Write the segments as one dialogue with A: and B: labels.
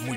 A: Muy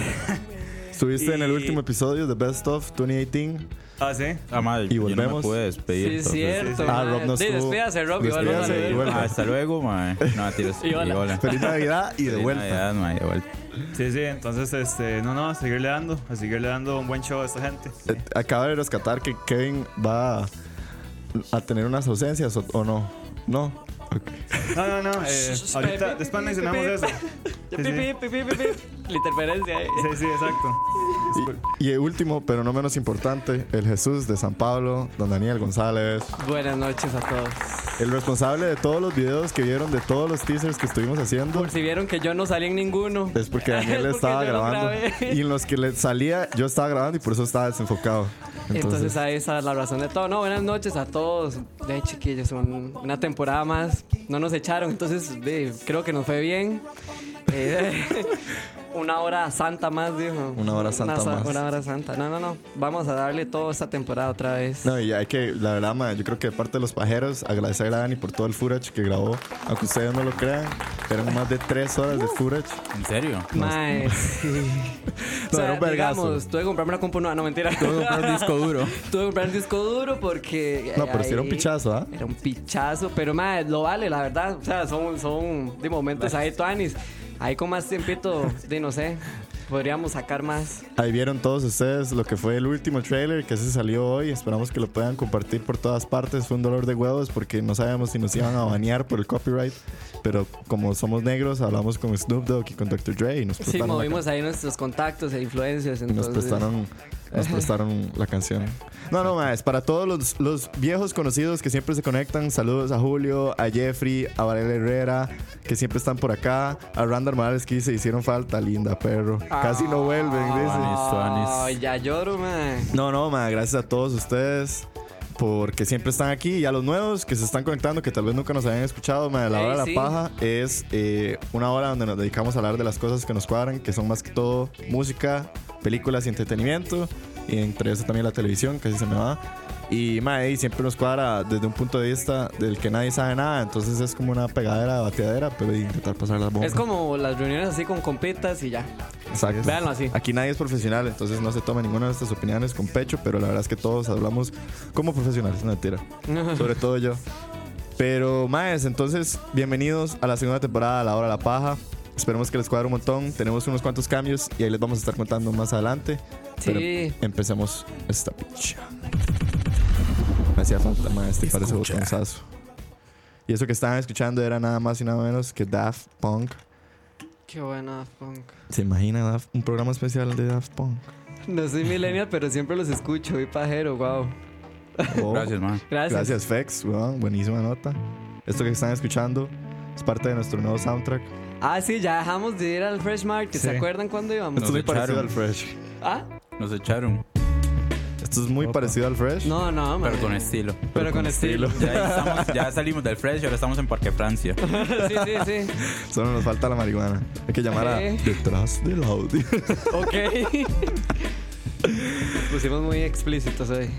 B: Estuviste en el
C: Y-
B: último episodio de Best of 2018.
C: ah, sí,
D: Ah, madre,
B: Y
D: yo no me
B: volvemos.
D: pude
E: Sí,
D: despedir.
E: es
D: entonces-
E: cierto.
B: Ah,
E: mae.
B: Rob no
E: Sí,
B: estuvo.
E: despídase, Rob. y vuelvan
B: Despídase,
E: a-
B: y vuelvan.
D: Hasta luego, mae. No, tiros.
E: Y hola.
B: Feliz Navidad y de vuelta.
D: de vuelta.
C: sí, sí, entonces, este, no, no, a seguirle dando, a seguirle dando un buen show a esta gente.
B: Eh, Acaba de rescatar que Kevin va a, a tener unas ausencias o, o no. No. Ok.
C: No, no, no, eh, ahorita, después mencionamos eso. Sí, sí,
E: Pi, pi, pi, pi. La interferencia. eh.
C: sí, sí, exacto.
B: Y el último, pero no menos importante, el Jesús de San Pablo, don Daniel González.
E: Buenas noches a todos.
B: El responsable de todos los videos que vieron, de todos los teasers que estuvimos haciendo.
E: Por si vieron que yo no salí en ninguno.
B: Es porque Daniel
E: porque
B: estaba
E: yo lo
B: grabando.
E: grabé.
B: Y en los que le salía, yo estaba grabando y por eso estaba desenfocado. Entonces,
E: Entonces, ahí está la razón de todo. No, buenas noches a todos. De chiquillos, un- una temporada más. No nos echaron, entonces de, creo que nos fue bien. Eh, una hora santa más, dijo.
B: Una hora santa
E: sa-
B: más.
E: Una hora santa. No, no, no. Vamos a darle toda esta temporada otra vez.
B: no, y hay que, la verdad, ma, yo creo que de parte de los pajeros, agradecer a Dani por todo el footage que grabó. Aunque ustedes no lo crean, eran más de tres horas
E: Uh.
B: de footage.
D: ¿En serio?
E: Mae, sí.
B: No, era un vergazo.
E: digamos, tuve que comprarme una compu nueva. No, mentira.
D: Todo un disco duro.
B: Oh.
E: Tuve que comprar un disco duro porque.
B: No, pero sí era un
E: ahí-
B: pichazo, ¿ah?
E: Era un pichazo, pero madre, lo vale, la verdad. O sea, son, son de momentos ahí, Tuanis. Ahí con más tiempito, de no sé, podríamos sacar más.
B: Ahí vieron todos ustedes lo que fue el último trailer que se salió hoy. Esperamos que lo puedan compartir por todas partes. Fue un dolor de huevos porque no sabíamos si nos iban a banear por el copyright. Pero como somos negros, hablamos con Snoop Dogg y con Dr. Dre y nos
E: Sí,
B: prestaron, la
E: movimos ahí nuestros contactos e influencias.
B: can- nos
E: Entonces,
B: prestaron, nos prestaron la canción. No, no, ma, es para todos los, los viejos conocidos que siempre se conectan. Saludos a Julio, a Jeffrey, a Varela Herrera, que siempre están por acá. A Randall Morales que se hicieron falta, linda perro. Casi no
E: Ah,
B: vuelven, dice.
E: Ay, ya lloro, mae.
B: No, no, ma, gracias a todos ustedes porque siempre están aquí y a los nuevos que se están conectando que tal vez nunca nos habían escuchado, ma, la
E: Ey,
B: hora de la
E: sí.
B: paja es eh, una hora donde nos dedicamos a hablar de las cosas que nos cuadran, que son más que todo música, películas y entretenimiento y entre eso también la televisión, casi se me va. Y ma, y siempre nos cuadra desde un punto de vista del que nadie sabe nada, entonces es como una pegadera, bateadera, pero de intentar pasar las bombas.
E: Es como las reuniones así con compitas y ya.
B: Exacto.
E: Véanlo así.
B: Aquí nadie es profesional, entonces no se toma ninguna de estas opiniones con pecho, pero la verdad es que todos hablamos como profesionales, no mentira. Sobre todo yo. Pero, maes, entonces, bienvenidos a la segunda temporada de La Hora de la Paja. Esperemos que les cuadre un montón. Tenemos unos cuantos cambios y ahí les vamos a estar contando más adelante. Pero
E: Sí.
B: empecemos esta picha. Me hacía falta, maes, te parece botonzazo. Y eso que estaban escuchando era nada más y nada menos que Daft Punk.
E: Qué buena, punk.
B: ¿Se imagina Daft- un programa especial de Daft Punk?
E: No soy millennial, pero siempre los escucho. Y pajero, wow.
B: Oh.
D: Gracias, mae.
E: Gracias.
B: Gracias, Fex. weón, buenísima nota. Esto que están escuchando es parte de nuestro nuevo soundtrack.
E: Ah, sí, ya dejamos de ir al Fresh Market. ¿Se
C: Sí.
E: acuerdan cuándo íbamos?
B: Esto es muy parecido
D: echaron.
B: al Fresh.
E: ¿Ah?
D: Nos echaron,
B: Esto es muy parecido al Fresh.
E: No, no, man.
D: pero con estilo.
E: Pero con estilo.
D: Ya, ahí estamos- ya salimos del Fresh y ahora estamos en Parque Francia.
E: sí, sí, sí.
B: Solo nos falta la marihuana. Hay que llamar a
E: Eh.
B: detrás del audio.
E: Ok. Nos pusimos muy explícitos hoy.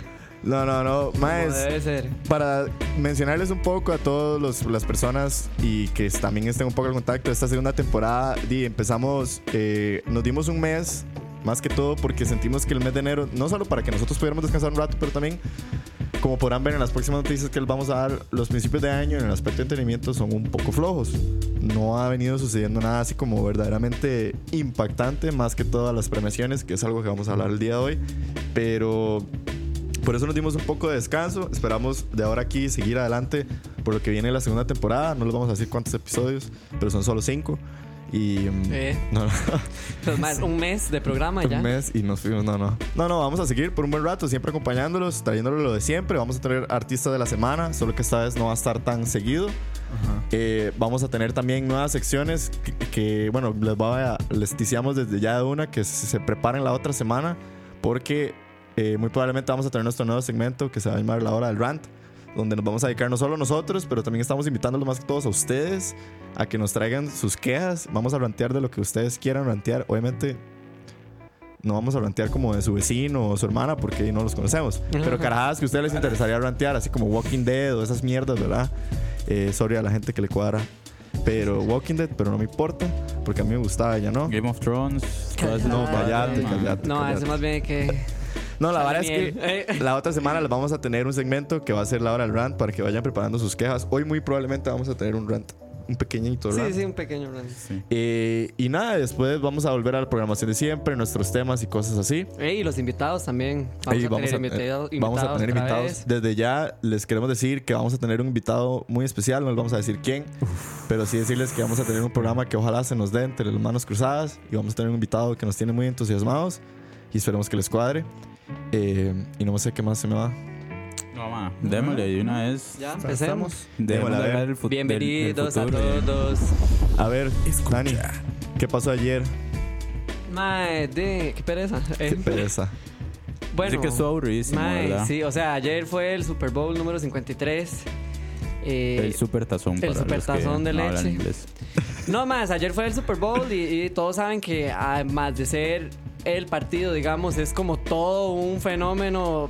B: no, no, no.
E: Como
B: Más
E: debe ser.
B: para mencionarles un poco a todas las personas y que también estén un poco al contacto, esta segunda temporada di, empezamos, eh, nos dimos un mes, más que todo porque sentimos que el mes de enero, no solo para que nosotros pudiéramos descansar un rato, pero también, como podrán ver en las próximas noticias que les vamos a dar, los principios de año en el aspecto de entretenimiento son un poco flojos. No ha venido sucediendo nada así como verdaderamente impactante, más que todas las premiaciones, que es algo que vamos a hablar el día de hoy, pero por eso nos dimos un poco de descanso. Esperamos de ahora aquí seguir adelante por lo que viene la segunda temporada. No les vamos a decir cuántos episodios, pero son solo cinco. Y. mm,
E: Sí.
B: No, no.
E: Pues, mae, un mes de programa ya.
B: Un mes y nos fuimos. No, no. No, no, vamos a seguir por un buen rato, siempre acompañándolos, trayéndoles lo de siempre. Vamos a tener artistas de la semana, solo que esta vez no va a estar tan seguido. Eh, vamos a tener también nuevas secciones que, que, bueno, les, va a- les ticiamos desde ya de una, que se se preparen la otra semana, porque eh, muy probablemente vamos a tener nuestro nuevo segmento que se va a llamar La Hora del Rant, donde nos vamos a dedicar no solo nosotros, pero también estamos invitándolos más que todos a ustedes a que nos traigan sus quejas. Vamos a rantear de lo que ustedes quieran rantear. Obviamente, no vamos a rantear como de su vecino o su hermana porque no los conocemos. Pero carajadas que a ustedes les interesaría rantear, así como Walking Dead o esas mierdas, ¿verdad? Eh, sorry a la gente que le cuadra. Pero Walking Dead, pero no me importa porque a mí me gustaba, ya no.
D: Game of Thrones. todas esas
B: No,
D: varas,
B: callate,
D: ma.
B: callate.
E: No,
B: callate.
E: hace más bien que.
B: No, la verdad
E: Sale
B: es que
E: miel.
B: la otra semana les vamos a tener un segmento que va a ser la hora del rant para que vayan preparando sus quejas. Hoy muy probablemente vamos a tener un rant, un pequeñito rant.
E: Sí, sí, un pequeño rant.
B: Eh, y nada, después vamos a volver a la programación de siempre, nuestros temas y cosas así.
E: Ey, y los invitados también. Vamos,
B: Ahí
E: a, tener invitado-
B: eh, vamos a
E: invitados
B: tener
E: otra
B: invitados.
E: vez.
B: Desde ya les queremos decir que vamos a tener un invitado muy especial, no les vamos a decir quién, pero sí decirles que vamos a tener un programa que ojalá se nos dé entre las manos cruzadas y vamos a tener un invitado que nos tiene muy entusiasmados y esperemos que les cuadre. Eh, y no sé qué más se me va.
D: No, ma. Démosle de una vez.
E: Ya empecemos.
D: Démosle
B: Démosle, a ver.
D: hablar del fu- del- del
E: Bienvenidos
D: futuro. eh.
E: a todos.
B: A ver, Dani, ¿qué pasó ayer?
E: Mae, de, qué pereza. Eh,
B: Qué pereza.
E: Bueno,
D: Dice que estuvo aburridísimo,
E: mae,
D: ¿verdad?
E: sí, o sea, ayer fue el Super Bowl número 53. Eh,
D: El super tazón.
E: el
D: para los que
E: supertazón de
D: no hablan
E: leche.
D: inglés.
E: No, más, ayer fue el Super Bowl y, y todos saben que además de ser el partido, digamos, es como todo un fenómeno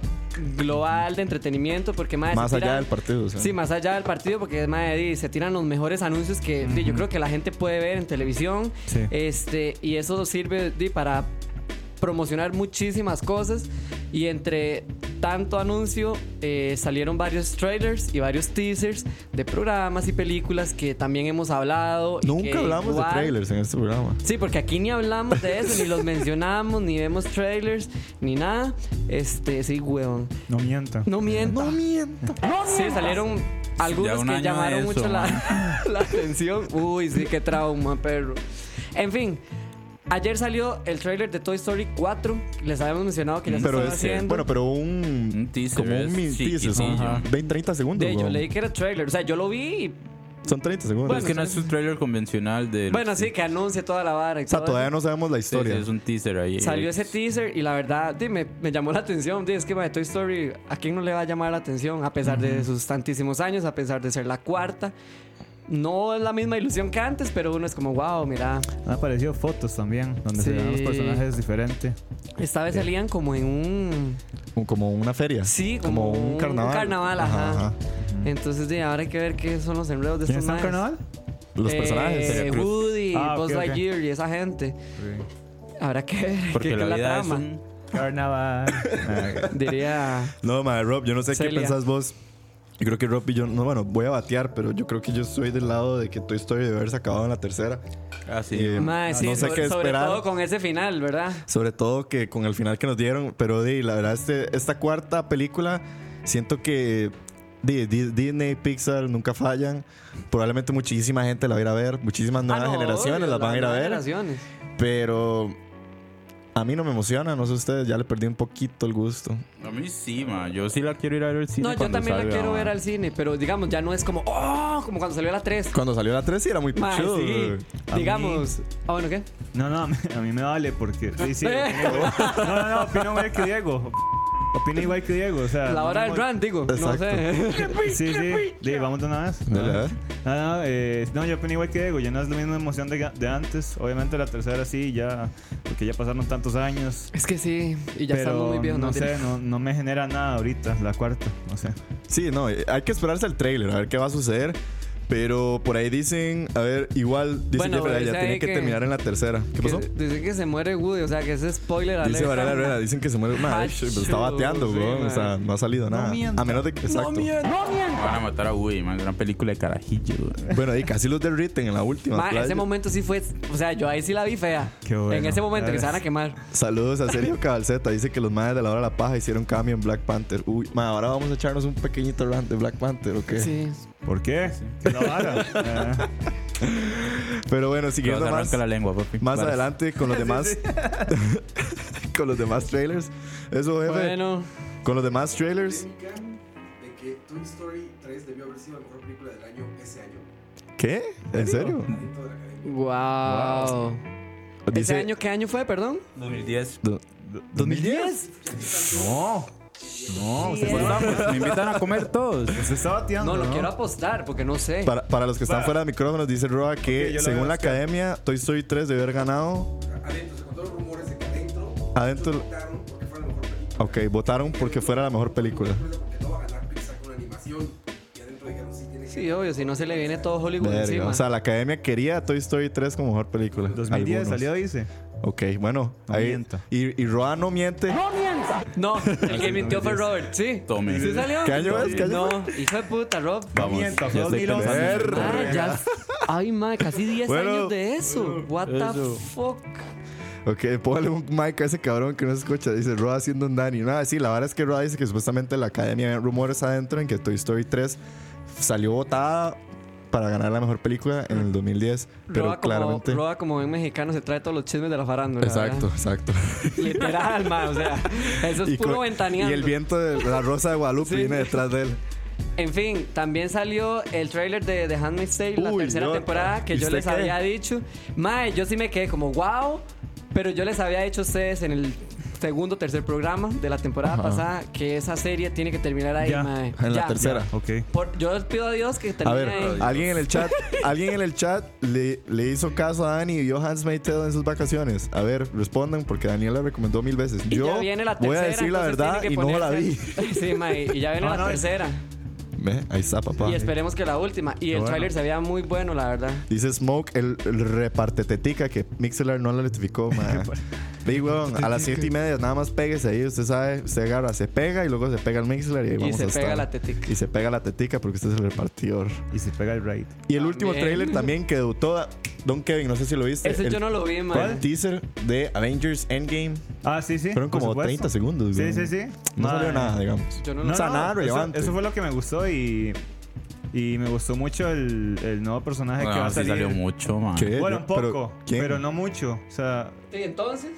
E: global de entretenimiento porque mae, se
B: Más allá
E: tiran-
B: del partido. o sea.
E: ah, Sí, más allá del partido, porque mae, di, se tiran los mejores anuncios que di, yo creo que la gente puede ver en televisión.
F: Sí.
E: Este, y eso sirve di, para promocionar muchísimas cosas. Y entre tanto anuncio eh, salieron varios trailers y varios teasers de programas y películas que también hemos hablado. y que
B: Nunca hablamos
E: igual-
B: de trailers en este programa.
E: Sí, porque aquí ni hablamos de eso, ni los mencionamos, ni vemos trailers, ni nada. Este, sí, huevón.
F: No mienta.
E: No miento. No miento. Sí, salieron
D: Ya
E: algunos
D: un
E: que
D: año
E: llamaron
D: de eso,
E: mucho la, la atención. Uy, sí, qué trauma, perro. En fin. Ayer salió el tráiler de Toy Story 4. Les habíamos mencionado que ya se
B: Pero
E: estaba
B: es-
E: haciendo.
B: bueno, pero un,
D: Un teaser,
B: como
D: es
B: un mini teaser, son
D: chiquitillo. Ajá.
B: 20, 30 segundos.
E: de, yo
B: weón.
E: leí que era tráiler. O sea, yo lo vi y...
B: Son 30 segundos.
D: Pero Pues es que no es un trailer convencional de.
E: Bueno, sí, que anuncia toda la vara y
B: o sea,
E: todo
B: todavía
E: eso.
B: no sabemos la
D: Sí, sí,
B: historia.
D: es un teaser ahí.
F: Eh,
E: Salió ese teaser y la verdad di, me, me llamó la atención. Di, es que de Toy Story, ¿a quién no le va a llamar la atención? A pesar de sus tantísimos años, a pesar de ser la cuarta. No es la misma ilusión que antes, pero uno es como, wow, mira.
F: Han aparecido fotos también, donde se
E: Sí.
F: ven los personajes diferentes.
E: Esta vez salían como en un.
B: Un- Como una feria.
E: Sí, como,
B: un carnaval.
E: ajá.
B: Ajá, ajá.
E: Entonces, di, ahora hay que ver qué son los enredos de
F: ¿Quién
E: estos
F: está en
E: maes.
F: carnaval?
B: Los
E: Eh,
B: personajes.
E: Woody,
F: Ah, ok,
E: Buzz
F: ok.
E: Lightyear y esa gente. Habrá que ver
D: Porque
E: qué qué
D: la
E: la
D: vida es
E: trama.
D: un-
F: Carnaval. Ah,
E: Diría.
B: No, madre, Rob, yo no sé qué
E: Celia.
B: pensás vos. Yo creo que Rob y yo, no, bueno, voy a batear, pero yo creo que yo soy del lado de que Toy Story debe haberse acabado en la tercera.
D: Ah, sí.
B: Eh,
E: Mae, sí,
B: no sé
E: sobre,
B: qué
E: sobre
B: esperar.
E: todo con ese final, ¿verdad?
B: Sobre todo que con el final que nos dieron. Pero di, la verdad, este- esta cuarta película, siento que di, di- Disney, Pixar nunca fallan. Probablemente muchísima gente la va a ir a ver. Muchísimas nuevas
E: Ah, no,
B: generaciones
E: obvio,
B: las van a ir a
E: nuevas
B: ver.
E: generaciones.
B: Pero a mí no me emociona, no sé ustedes, ya le perdí un poquito el gusto.
D: A mí sí, ma. Yo sí la quiero ir a ver al cine.
E: No, yo
D: cuando
E: también la
D: salga,
E: quiero
D: ma.
E: ver al cine, pero digamos, ya no es como, oh, como cuando salió la 3.
B: Cuando salió la 3 sí era muy
E: Mae,
B: pichudo.
E: sí.
F: A
E: Digamos. Ah, bueno, ¿qué?
F: No, no, a mí- a mí me vale porque. Sí, sí,
E: Eh.
F: opino igual. No, no, no, opino igual que Diego. Opino igual que Diego, o sea.
E: La hora del
F: run
E: run, digo.
B: Exacto.
E: No sé.
F: Sí, sí. Di, vamos de una vez.
B: Dale, a ver.
F: No, no, eh, no, yo opino igual que Diego. Ya no es la misma emoción de, de antes. Obviamente la tercera sí, ya. Porque ya pasaron tantos años.
E: Es que sí, y ya
F: pero
E: están muy viejos.
F: no,
E: Mentira.
F: sé, no, no me genera nada ahorita, la cuarta, no sé.
B: Sí, no, eh, hay que esperarse al trailer, a ver qué va a suceder. Pero por ahí dicen, a ver, igual dice
E: Bueno,
B: Jeffrey,
E: dice
B: ya
E: ahí
B: tienen que,
E: que-
B: terminar en la tercera. ¿Qué pasó?
E: Que- Dice que se muere Woody, o sea, que es spoiler
B: Dice
E: alert.
B: Varela Herrera, dicen que se muere. Madre,
E: Pachu,
B: pero está bateando,
E: sí,
B: weón. O sea,
E: madre.
B: no ha salido nada.
F: mienta.
B: a menos de que. Exacto.
D: Van a matar a Woody, man. Gran película de carajillo. güey.
B: bueno, y casi los derriten en la última.
E: Ma,
B: playa.
E: ese momento sí fue, o sea, yo ahí sí la vi fea.
F: Qué bueno.
E: En ese momento que
F: Ay.
E: se van a quemar.
B: Saludos a Sergio Cabalceta. Dice que los madres de la hora de la paja hicieron cambio en Black Panther. Uy, ma, ahora vamos a echarnos un pequeñito rant de Black Panther, ¿o qué?
E: Sí.
F: ¿Por qué? ¿Qué la vara? Eh,
B: Pero bueno,
D: Te vas
B: siguiendo
D: a
B: más,
D: arrancar la lengua, papi.
B: más
D: Varas.
B: adelante con los demás. con los demás trailers. Eso, jefe.
E: Bueno,
B: Con los demás trailers.
G: de que Toy Story 3 debió haber sido la mejor película del año ese año.
B: ¿Qué? ¿En serio?
E: wow. ¿Ese
B: Dice-
E: año qué año fue, perdón?
D: 2010.
B: ¿2010?
F: No. No, usted
D: Pues
F: está,
D: vamos, me invitan a comer todos.
F: usted está bateando.
E: No, lo quiero apostar porque no sé.
B: Para, para los que están fuera de micrófonos, dice Roa que
C: Ok, yo lo
B: según
C: veo,
B: la
C: es que-
B: academia, Toy Story 3 debió haber ganado.
G: Adentro, se contaron rumores de que adentro
B: Adentro.
G: votaron porque fue la mejor película.
B: Ok, votaron porque fuera la
G: Porque
B: mejor película.
G: no va a ganar Pixar con animación. Y adentro dijeron, sí, tiene que
E: Sí, obvio, si no se le viene todo Hollywood
B: Verga,
E: encima.
B: O sea, la academia quería a Toy Story 3 como mejor película.
F: 2010
B: Algunos.
F: salió, dice.
B: Ok, bueno.
F: No
B: ahí-
F: mienta.
B: y, y Roa no miente.
E: no, el que mintió fue Robert, sí.
D: Tome.
E: ¿Sí salió?
B: ¿Qué año es? ¿Qué año
E: No, hijo de puta, Rob.
D: Vamos.
F: Mienta,
D: ya
F: fue
D: estoy
F: 2011.
D: pensando.
E: Ah, ya. Ay, madre, casi 10
B: Bueno.
E: años de eso. What the fuck.
B: Ok, póngale un mic a ese cabrón que no se escucha. Dice Roa haciendo un Dani. Nada, sí, la verdad es que Roa dice que supuestamente la academia había rumores adentro en que Toy Story 3 salió votada para ganar la mejor película en el 2010. Pero
E: Roba como,
B: claramente.
E: Roa como buen mexicano se trae todos los chismes de la farándula. ¿verdad?
B: Exacto, exacto.
E: Literal, madre, o sea, eso es
B: Y
E: puro
B: con-
E: ventaneando.
B: Y el viento de la rosa de Guadalupe viene detrás de él.
E: En fin, también salió el trailer de The Handmaid's Tale, la
B: Uy,
E: tercera
B: yo-
E: temporada, que
B: ¿y
E: yo
B: usted
E: les
B: qué?
E: había dicho. Mae, yo sí me quedé como, wow, pero yo les había dicho a ustedes en el segundo, tercer programa de la temporada pasada que esa serie tiene que terminar ahí,
F: Ya,
E: mae.
B: En la
E: Ya.
B: tercera.
F: Ok.
E: Por- yo les pido a Dios que
B: A
E: termine
B: ver,
E: ahí.
B: alguien en el chat, alguien en el chat le, le hizo caso a Dani y vio Hans Tale en sus vacaciones. A ver, respondan porque Daniel la recomendó mil veces.
E: Y
B: Yo
E: ya viene la
B: voy a
E: tercera,
B: decir la
E: entonces
B: verdad y
E: tiene que
B: no la vi.
E: ponerse- Sí, mae, y ya viene
F: No,
E: la
F: no, es-
E: tercera.
B: Ve, Ahí está, papá.
E: Y esperemos que la última. Y el
B: bueno. Eh,
E: trailer se vea muy bueno, la verdad.
B: Dice Smoke, el, el repartetetica que Mixler no la notificó, man. Di, weón, a las siete y media nada más pégese ahí, usted sabe, usted agarra, se pega y luego se pega el Mixler y ahí
E: Y
B: vamos
E: se
B: a
E: pega
B: estar.
E: la tetica.
B: Y se pega la tetica porque usted es el repartidor.
F: Y se pega el raid.
B: Y el último
E: También.
B: trailer también que debutó a- Don Kevin, no sé si lo viste.
E: Ese
B: el,
E: yo no lo vi, mae.
B: el teaser de Avengers Endgame.
F: Ah, sí, sí.
B: Fueron
F: por
B: como
F: supuesto.
B: 30 segundos,
F: Sí,
B: weón.
F: sí, sí.
B: No
F: Madre.
B: salió nada, digamos.
E: Yo no lo
F: No,
B: O sea,
F: no,
B: nada
F: eso-
B: relevante.
F: Eso, fue lo que me gustó y. Y me gustó mucho el, el nuevo personaje que va
D: No,
F: a
D: sí
F: salir.
D: salió mucho, man.
B: ¿Qué?
F: Bueno,
B: Yo-
F: un
B: pero
F: poco,
B: ¿quién?
F: pero, no mucho. O sea,
E: Sí, entonces.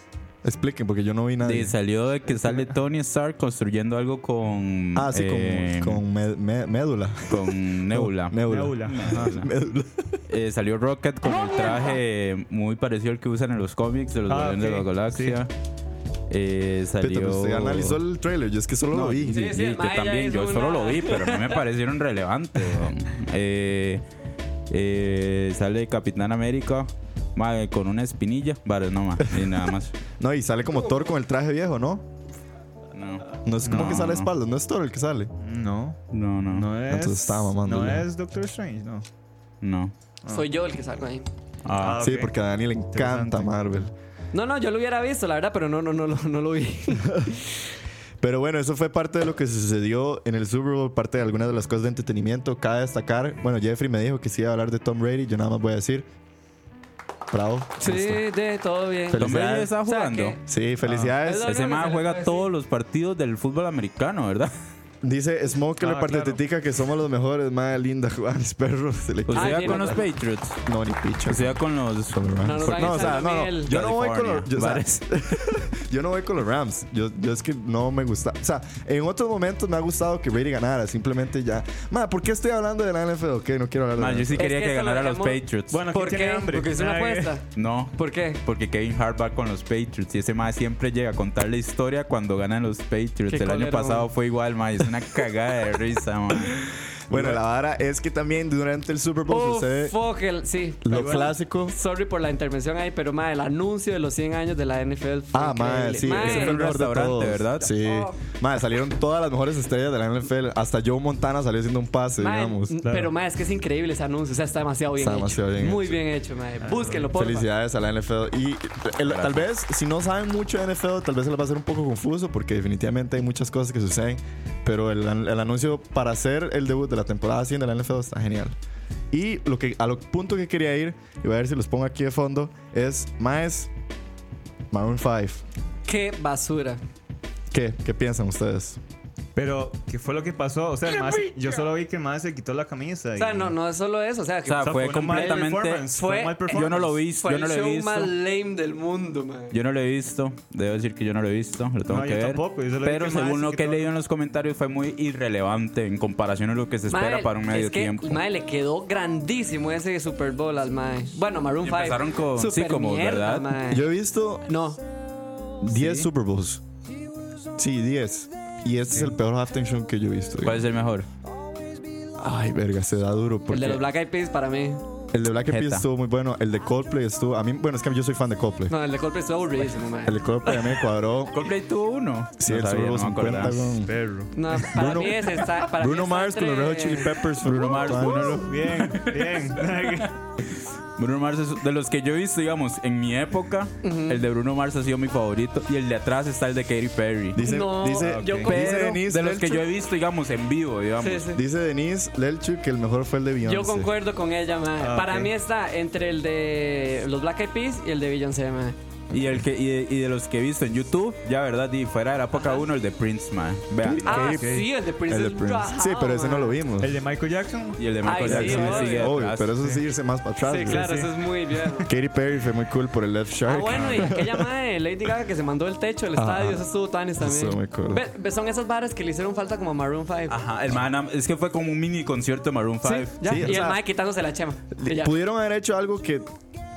B: Expliquen porque yo no vi nada.
D: Sí, salió de que sale Tony Stark construyendo algo con.
B: Ah, sí,
D: eh,
B: con, con me- me- médula.
D: con Nebula.
F: Nebula. Ajá.
B: Médula.
D: Eh, salió Rocket con el traje muy parecido al que usan en los cómics de los
F: Ah,
D: Guardianes
F: ok,
D: de la Galaxia. Eh, salió.
B: Pero usted analizó el trailer, yo es que solo lo
D: No,
B: vi.
E: Sí, sí, el
D: yo
E: mae ya
D: también, yo
E: hizo
D: solo
E: una-
D: lo vi, pero no me parecieron relevantes. weón. Eh, eh, sale Capitán América mae, con una espinilla. Vale, no más, y nada más.
B: No, y sale como Thor con el traje viejo, ¿no?
D: No,
B: No es como
D: No,
B: que sale a
D: no.
B: espaldas, no es Thor el que sale.
F: no.
D: no, no. No.
F: No es.
B: Entonces estaba mamando,
F: No
B: ya.
F: es Doctor Strange, no.
B: Ah.
E: Soy yo el que salgo ahí.
D: Ah,
F: Ah,
B: Sí,
F: ok.
B: porque a Dani le encanta
F: Interesante.
B: Marvel.
E: No, no, yo lo hubiera visto, la verdad, pero no, no, no, no, no lo vi.
B: Pero bueno, eso fue parte de lo que sucedió en el Super Bowl, parte de algunas de las cosas de entretenimiento. Cabe destacar, bueno, Jeffrey me dijo que sí iba a hablar de Tom Brady, yo nada más voy a decir. Bravo.
E: Sí, de todo bien.
B: Fel-
D: Tom Brady
B: felicidades.
D: está
E: O sea,
D: jugando.
E: que-
B: Sí, felicidades.
E: Ah.
D: Ese
E: No, no,
D: mae
E: no, no,
D: juega
E: no,
D: todos los partidos del fútbol americano, ¿verdad?
B: Dice Smoke,
F: Ah,
B: la parte
F: claro.
B: tetica que somos los mejores, más linda, a mis perros. Se le...
D: Usted
E: Ay,
D: va
E: Ah, sí,
D: con
E: no,
D: los
E: no.
D: Patriots.
B: No, ni picha.
D: Usted va con los.
E: No, no, no,
B: Porque- no, o sea,
E: no,
B: no, no, yo no voy con los, yo, o sea,
D: California,
B: yo no voy con los Rams. Yo, yo es que no me gusta. O sea, en otros momentos me ha gustado que Brady ganara. Simplemente ya. Ma, ¿por qué estoy hablando de la NFL? Ok, no quiero hablar
D: Ma,
B: de la
D: yo sí
E: Es
D: quería
E: que
D: que,
E: esto lo
D: ganara los
E: dejamos-
D: Patriots.
F: Bueno, ¿quién
E: ¿Por
F: tiene
E: qué?
F: hambre?
E: Porque es una
F: Ay,
E: apuesta.
D: No.
E: ¿Por qué?
D: Porque Kevin Hart va con los Patriots y ese mae siempre llega a contar la historia cuando ganan los Patriots.
E: Qué
D: El año
E: colero,
D: pasado
E: man.
D: fue igual, mae. Es una cagada de risa, mae.
B: Bueno, la vara es que también durante el Super Bowl
E: Oh,
B: sucede
E: fuck, el- sí.
B: lo
E: perdón.
B: clásico.
E: Sorry por la intervención ahí, pero madre, el anuncio de los 100 años de la NFL. fue
B: Ah, ma,
E: increíble.
B: sí,
E: Mae,
B: ese fue el mejor de
D: restaurante,
B: todos.
D: ¿verdad?
B: Sí.
E: Oh.
B: Ma, salieron todas las mejores estrellas de la NFL. Hasta Joe Montana salió haciendo un pase,
E: mae,
B: digamos.
E: n- Pero madre, es que es increíble ese anuncio, o sea, está demasiado bien
B: Está
E: hecho.
B: demasiado bien
E: Muy
B: hecho.
E: bien hecho, madre. Búsquenlo, por
B: Felicidades a la NFL. Y el- tal vez, si no saben mucho de NFL, tal vez se les va a hacer un poco confuso porque definitivamente hay muchas cosas que suceden. Pero el, an- el anuncio para hacer el debut de la temporada 100 de la NFL está genial. Y lo que, a lo punto que quería ir, y voy a ver si los pongo aquí de fondo, es más Maroon 5.
E: Qué basura.
B: ¿Qué? ¿Qué piensan ustedes?
F: Pero, ¿qué fue lo que pasó? O sea, el mae- yo solo vi que el mae se quitó la camisa.
E: O
F: y-
E: sea, no, no es solo eso. O sea,
D: O
E: que
D: sea,
F: sea,
D: fue
F: fue una mala
D: completamente.
F: performance. fue un mal performance.
D: Yo no lo vi,
E: fue
D: yo no
E: el
D: lo he
E: show
D: visto.
E: más lame del mundo, man.
D: Yo no lo he visto, debo decir que yo no lo he visto, lo tengo
F: No,
D: que
F: yo
D: ver.
F: tampoco, yo solo vi
D: pero
F: que el mae
D: según
F: se
D: lo que he
F: quitó-
D: leído en los comentarios fue muy irrelevante en comparación a lo que se espera
E: Mae,
D: para un medio
E: es que,
D: tiempo.
E: Mae, le quedó grandísimo ese Super Bowl al Mae. Bueno, Maroon
D: Y
E: 5.
D: empezaron con- sí,
E: Super
D: como,
E: mierda,
D: ¿verdad?
E: mae.
B: Yo he visto
E: No,
B: 10 Super Bowls. Sí, 10. Y este es el peor halftime show que yo he visto.
D: ¿Cuál es el mejor?
B: Ay, verga, se da duro. Porque
E: el de los Black Eyed Peas para mí.
B: el de Black Eyed Peas
D: Jeta.
B: estuvo muy bueno. El de Coldplay estuvo. A mí, bueno, es que yo soy fan de Coldplay.
E: No, el de Coldplay estuvo aburridísimo, mae.
B: El de Coldplay a mí me cuadró.
D: Coldplay tuvo uno.
B: Sí,
D: No
B: el
D: sabía,
B: Super Bowl
D: no me
B: 50.
D: acordaba.
B: weón.
F: Perro.
E: No, para
B: Bruno-
E: mí es está, para mí
B: Bruno
E: está
B: Mars con los
E: entre-
B: Red Hot Chili Peppers.
D: Bruno Mars,
B: Tuanis.
D: Bruno Mars.
F: Bien, bien.
D: Bruno Mars es de los que yo he visto, digamos, en mi época, el de Bruno Mars ha sido mi favorito y el de atrás está el de Katy Perry.
B: Dice,
E: No,
B: dice,
E: yo
B: dice
E: con-
D: Pero
B: Denise
D: de los que
B: Lelchuk-
D: yo he visto, digamos, en vivo, digamos.
E: Sí, sí.
B: Dice Denise Lelchuk que el mejor fue el de Beyoncé.
E: Yo concuerdo con ella, mae.
F: Ah,
E: Para
F: ok.
E: mí está entre el de los Black Eyed Peas y el de Beyoncé, mae.
D: Y, el que, y, de, y de los que he visto en YouTube, ya verdad, y fuera de la época uno, el de Prince, man. Vean.
E: Ah,
B: Katy-
E: sí, el de Prince.
B: El de
E: es
B: Prince.
E: rajado,
B: Sí, pero ese no
E: mae.
B: lo vimos.
F: El de Michael Jackson.
D: Y el de Michael
E: Ay, sí,
D: Jackson le
E: obvio.
D: sigue
B: Obvio,
D: atrás.
B: pero eso es irse más para atrás.
E: Sí,
B: güey.
E: claro, eso es muy bien.
B: Katy Perry fue muy cool por el Left
E: Ah,
B: Shark.
E: bueno, y aquella madre, Lady Gaga, que se mandó el techo
B: Ah,
E: del estadio, eso estuvo tan también.
B: estuvo muy cool.
E: Ve- ve, son esas barras que le hicieron falta como a Maroon 5.
D: Ajá, el man, es que fue como un mini concierto de Maroon 5.
E: Ya,
B: Sí, o
E: y el
B: sea,
E: mae quitándose la chema. Y ya.
B: Pudieron haber hecho algo que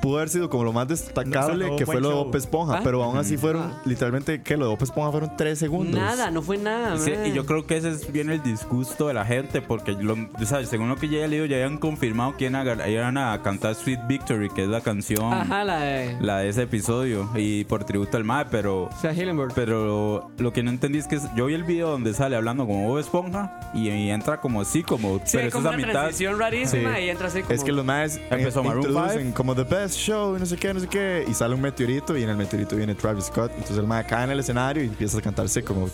B: pudo haber sido como lo más destacable,
F: No, o sea, no
B: que
F: fue
B: fue lo de
F: show.
B: Bob Esponja,
E: Ah.
B: pero aún así fueron
E: Ah.
B: literalmente que lo de Bob Esponja fueron tres segundos.
E: Nada, no fue nada,
D: Sí,
E: mae.
D: y yo creo que ese es bien el disgusto de la gente, porque lo- o sea, según lo que ya he leído, ya habían confirmado que iban a, iban a cantar Sweet Victory, que es la canción,
E: Ajá, la de.
D: la de ese episodio, y por tributo al MAE, pero,
E: O sea, Hillenburg.
D: pero lo que no entendí es que es- yo vi el video donde sale hablando como Bob Esponja y, y entra como así, como,
E: Sí,
D: pero eso
E: como
D: es a
E: una
D: mitad.
E: transición rarísima y entra así como.
B: Es que los más
D: Empezó Maroon
B: introducen
D: five.
B: como the best show y no sé qué, no sé qué. Y sale un meteorito y en el meteorito viene Travis Scott. Entonces el más cae en el escenario y empieza a cantarse como.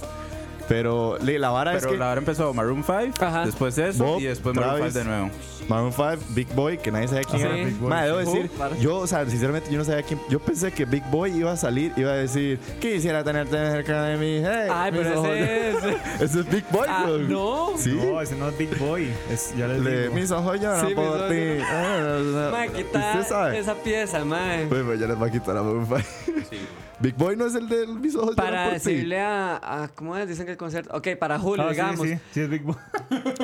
B: Pero le- la vara
D: Pero
B: es que
D: la hora empezó Maroon 5,
E: Ajá.
D: después eso,
B: Bob,
D: y después Maroon
B: Travis.
D: 5 de nuevo.
B: Maroon 5, Big Boy, que nadie sabe quién
D: Ah,
E: Ajá.
B: era.
E: Big
B: Ma, debo decir,
E: Uh, para.
B: yo, o sea, sinceramente, yo no sabía quién. Yo pensé que Big Boy iba a salir, iba a decir, quisiera tenerte cerca de mí. Hey,
E: Ay,
B: mis
E: pero
B: ojos".
E: ese es.
B: Ese es Big Boy,
E: Ah,
B: bro.
E: no.
B: Sí.
F: No, ese no es Big Boy. Es, ya les
B: Le,
F: digo.
B: mis ojos lloran
E: Sí, mis
B: por
E: ojos
B: ti.
E: lloran.
B: Ah,
E: Mae,
B: Usted
E: quita
B: sabe.
E: esa pieza, mae.
B: Pues, pues, ya les va a quitar a Maroon 5. Big Boy no es el de mis ojos lloran
E: Para
B: por ti.
E: decirle a, a- ¿Cómo es? Dicen que el concierto. Ok, para Julio,
F: Ah, sí,
E: digamos.
F: sí, sí, es Big Boy.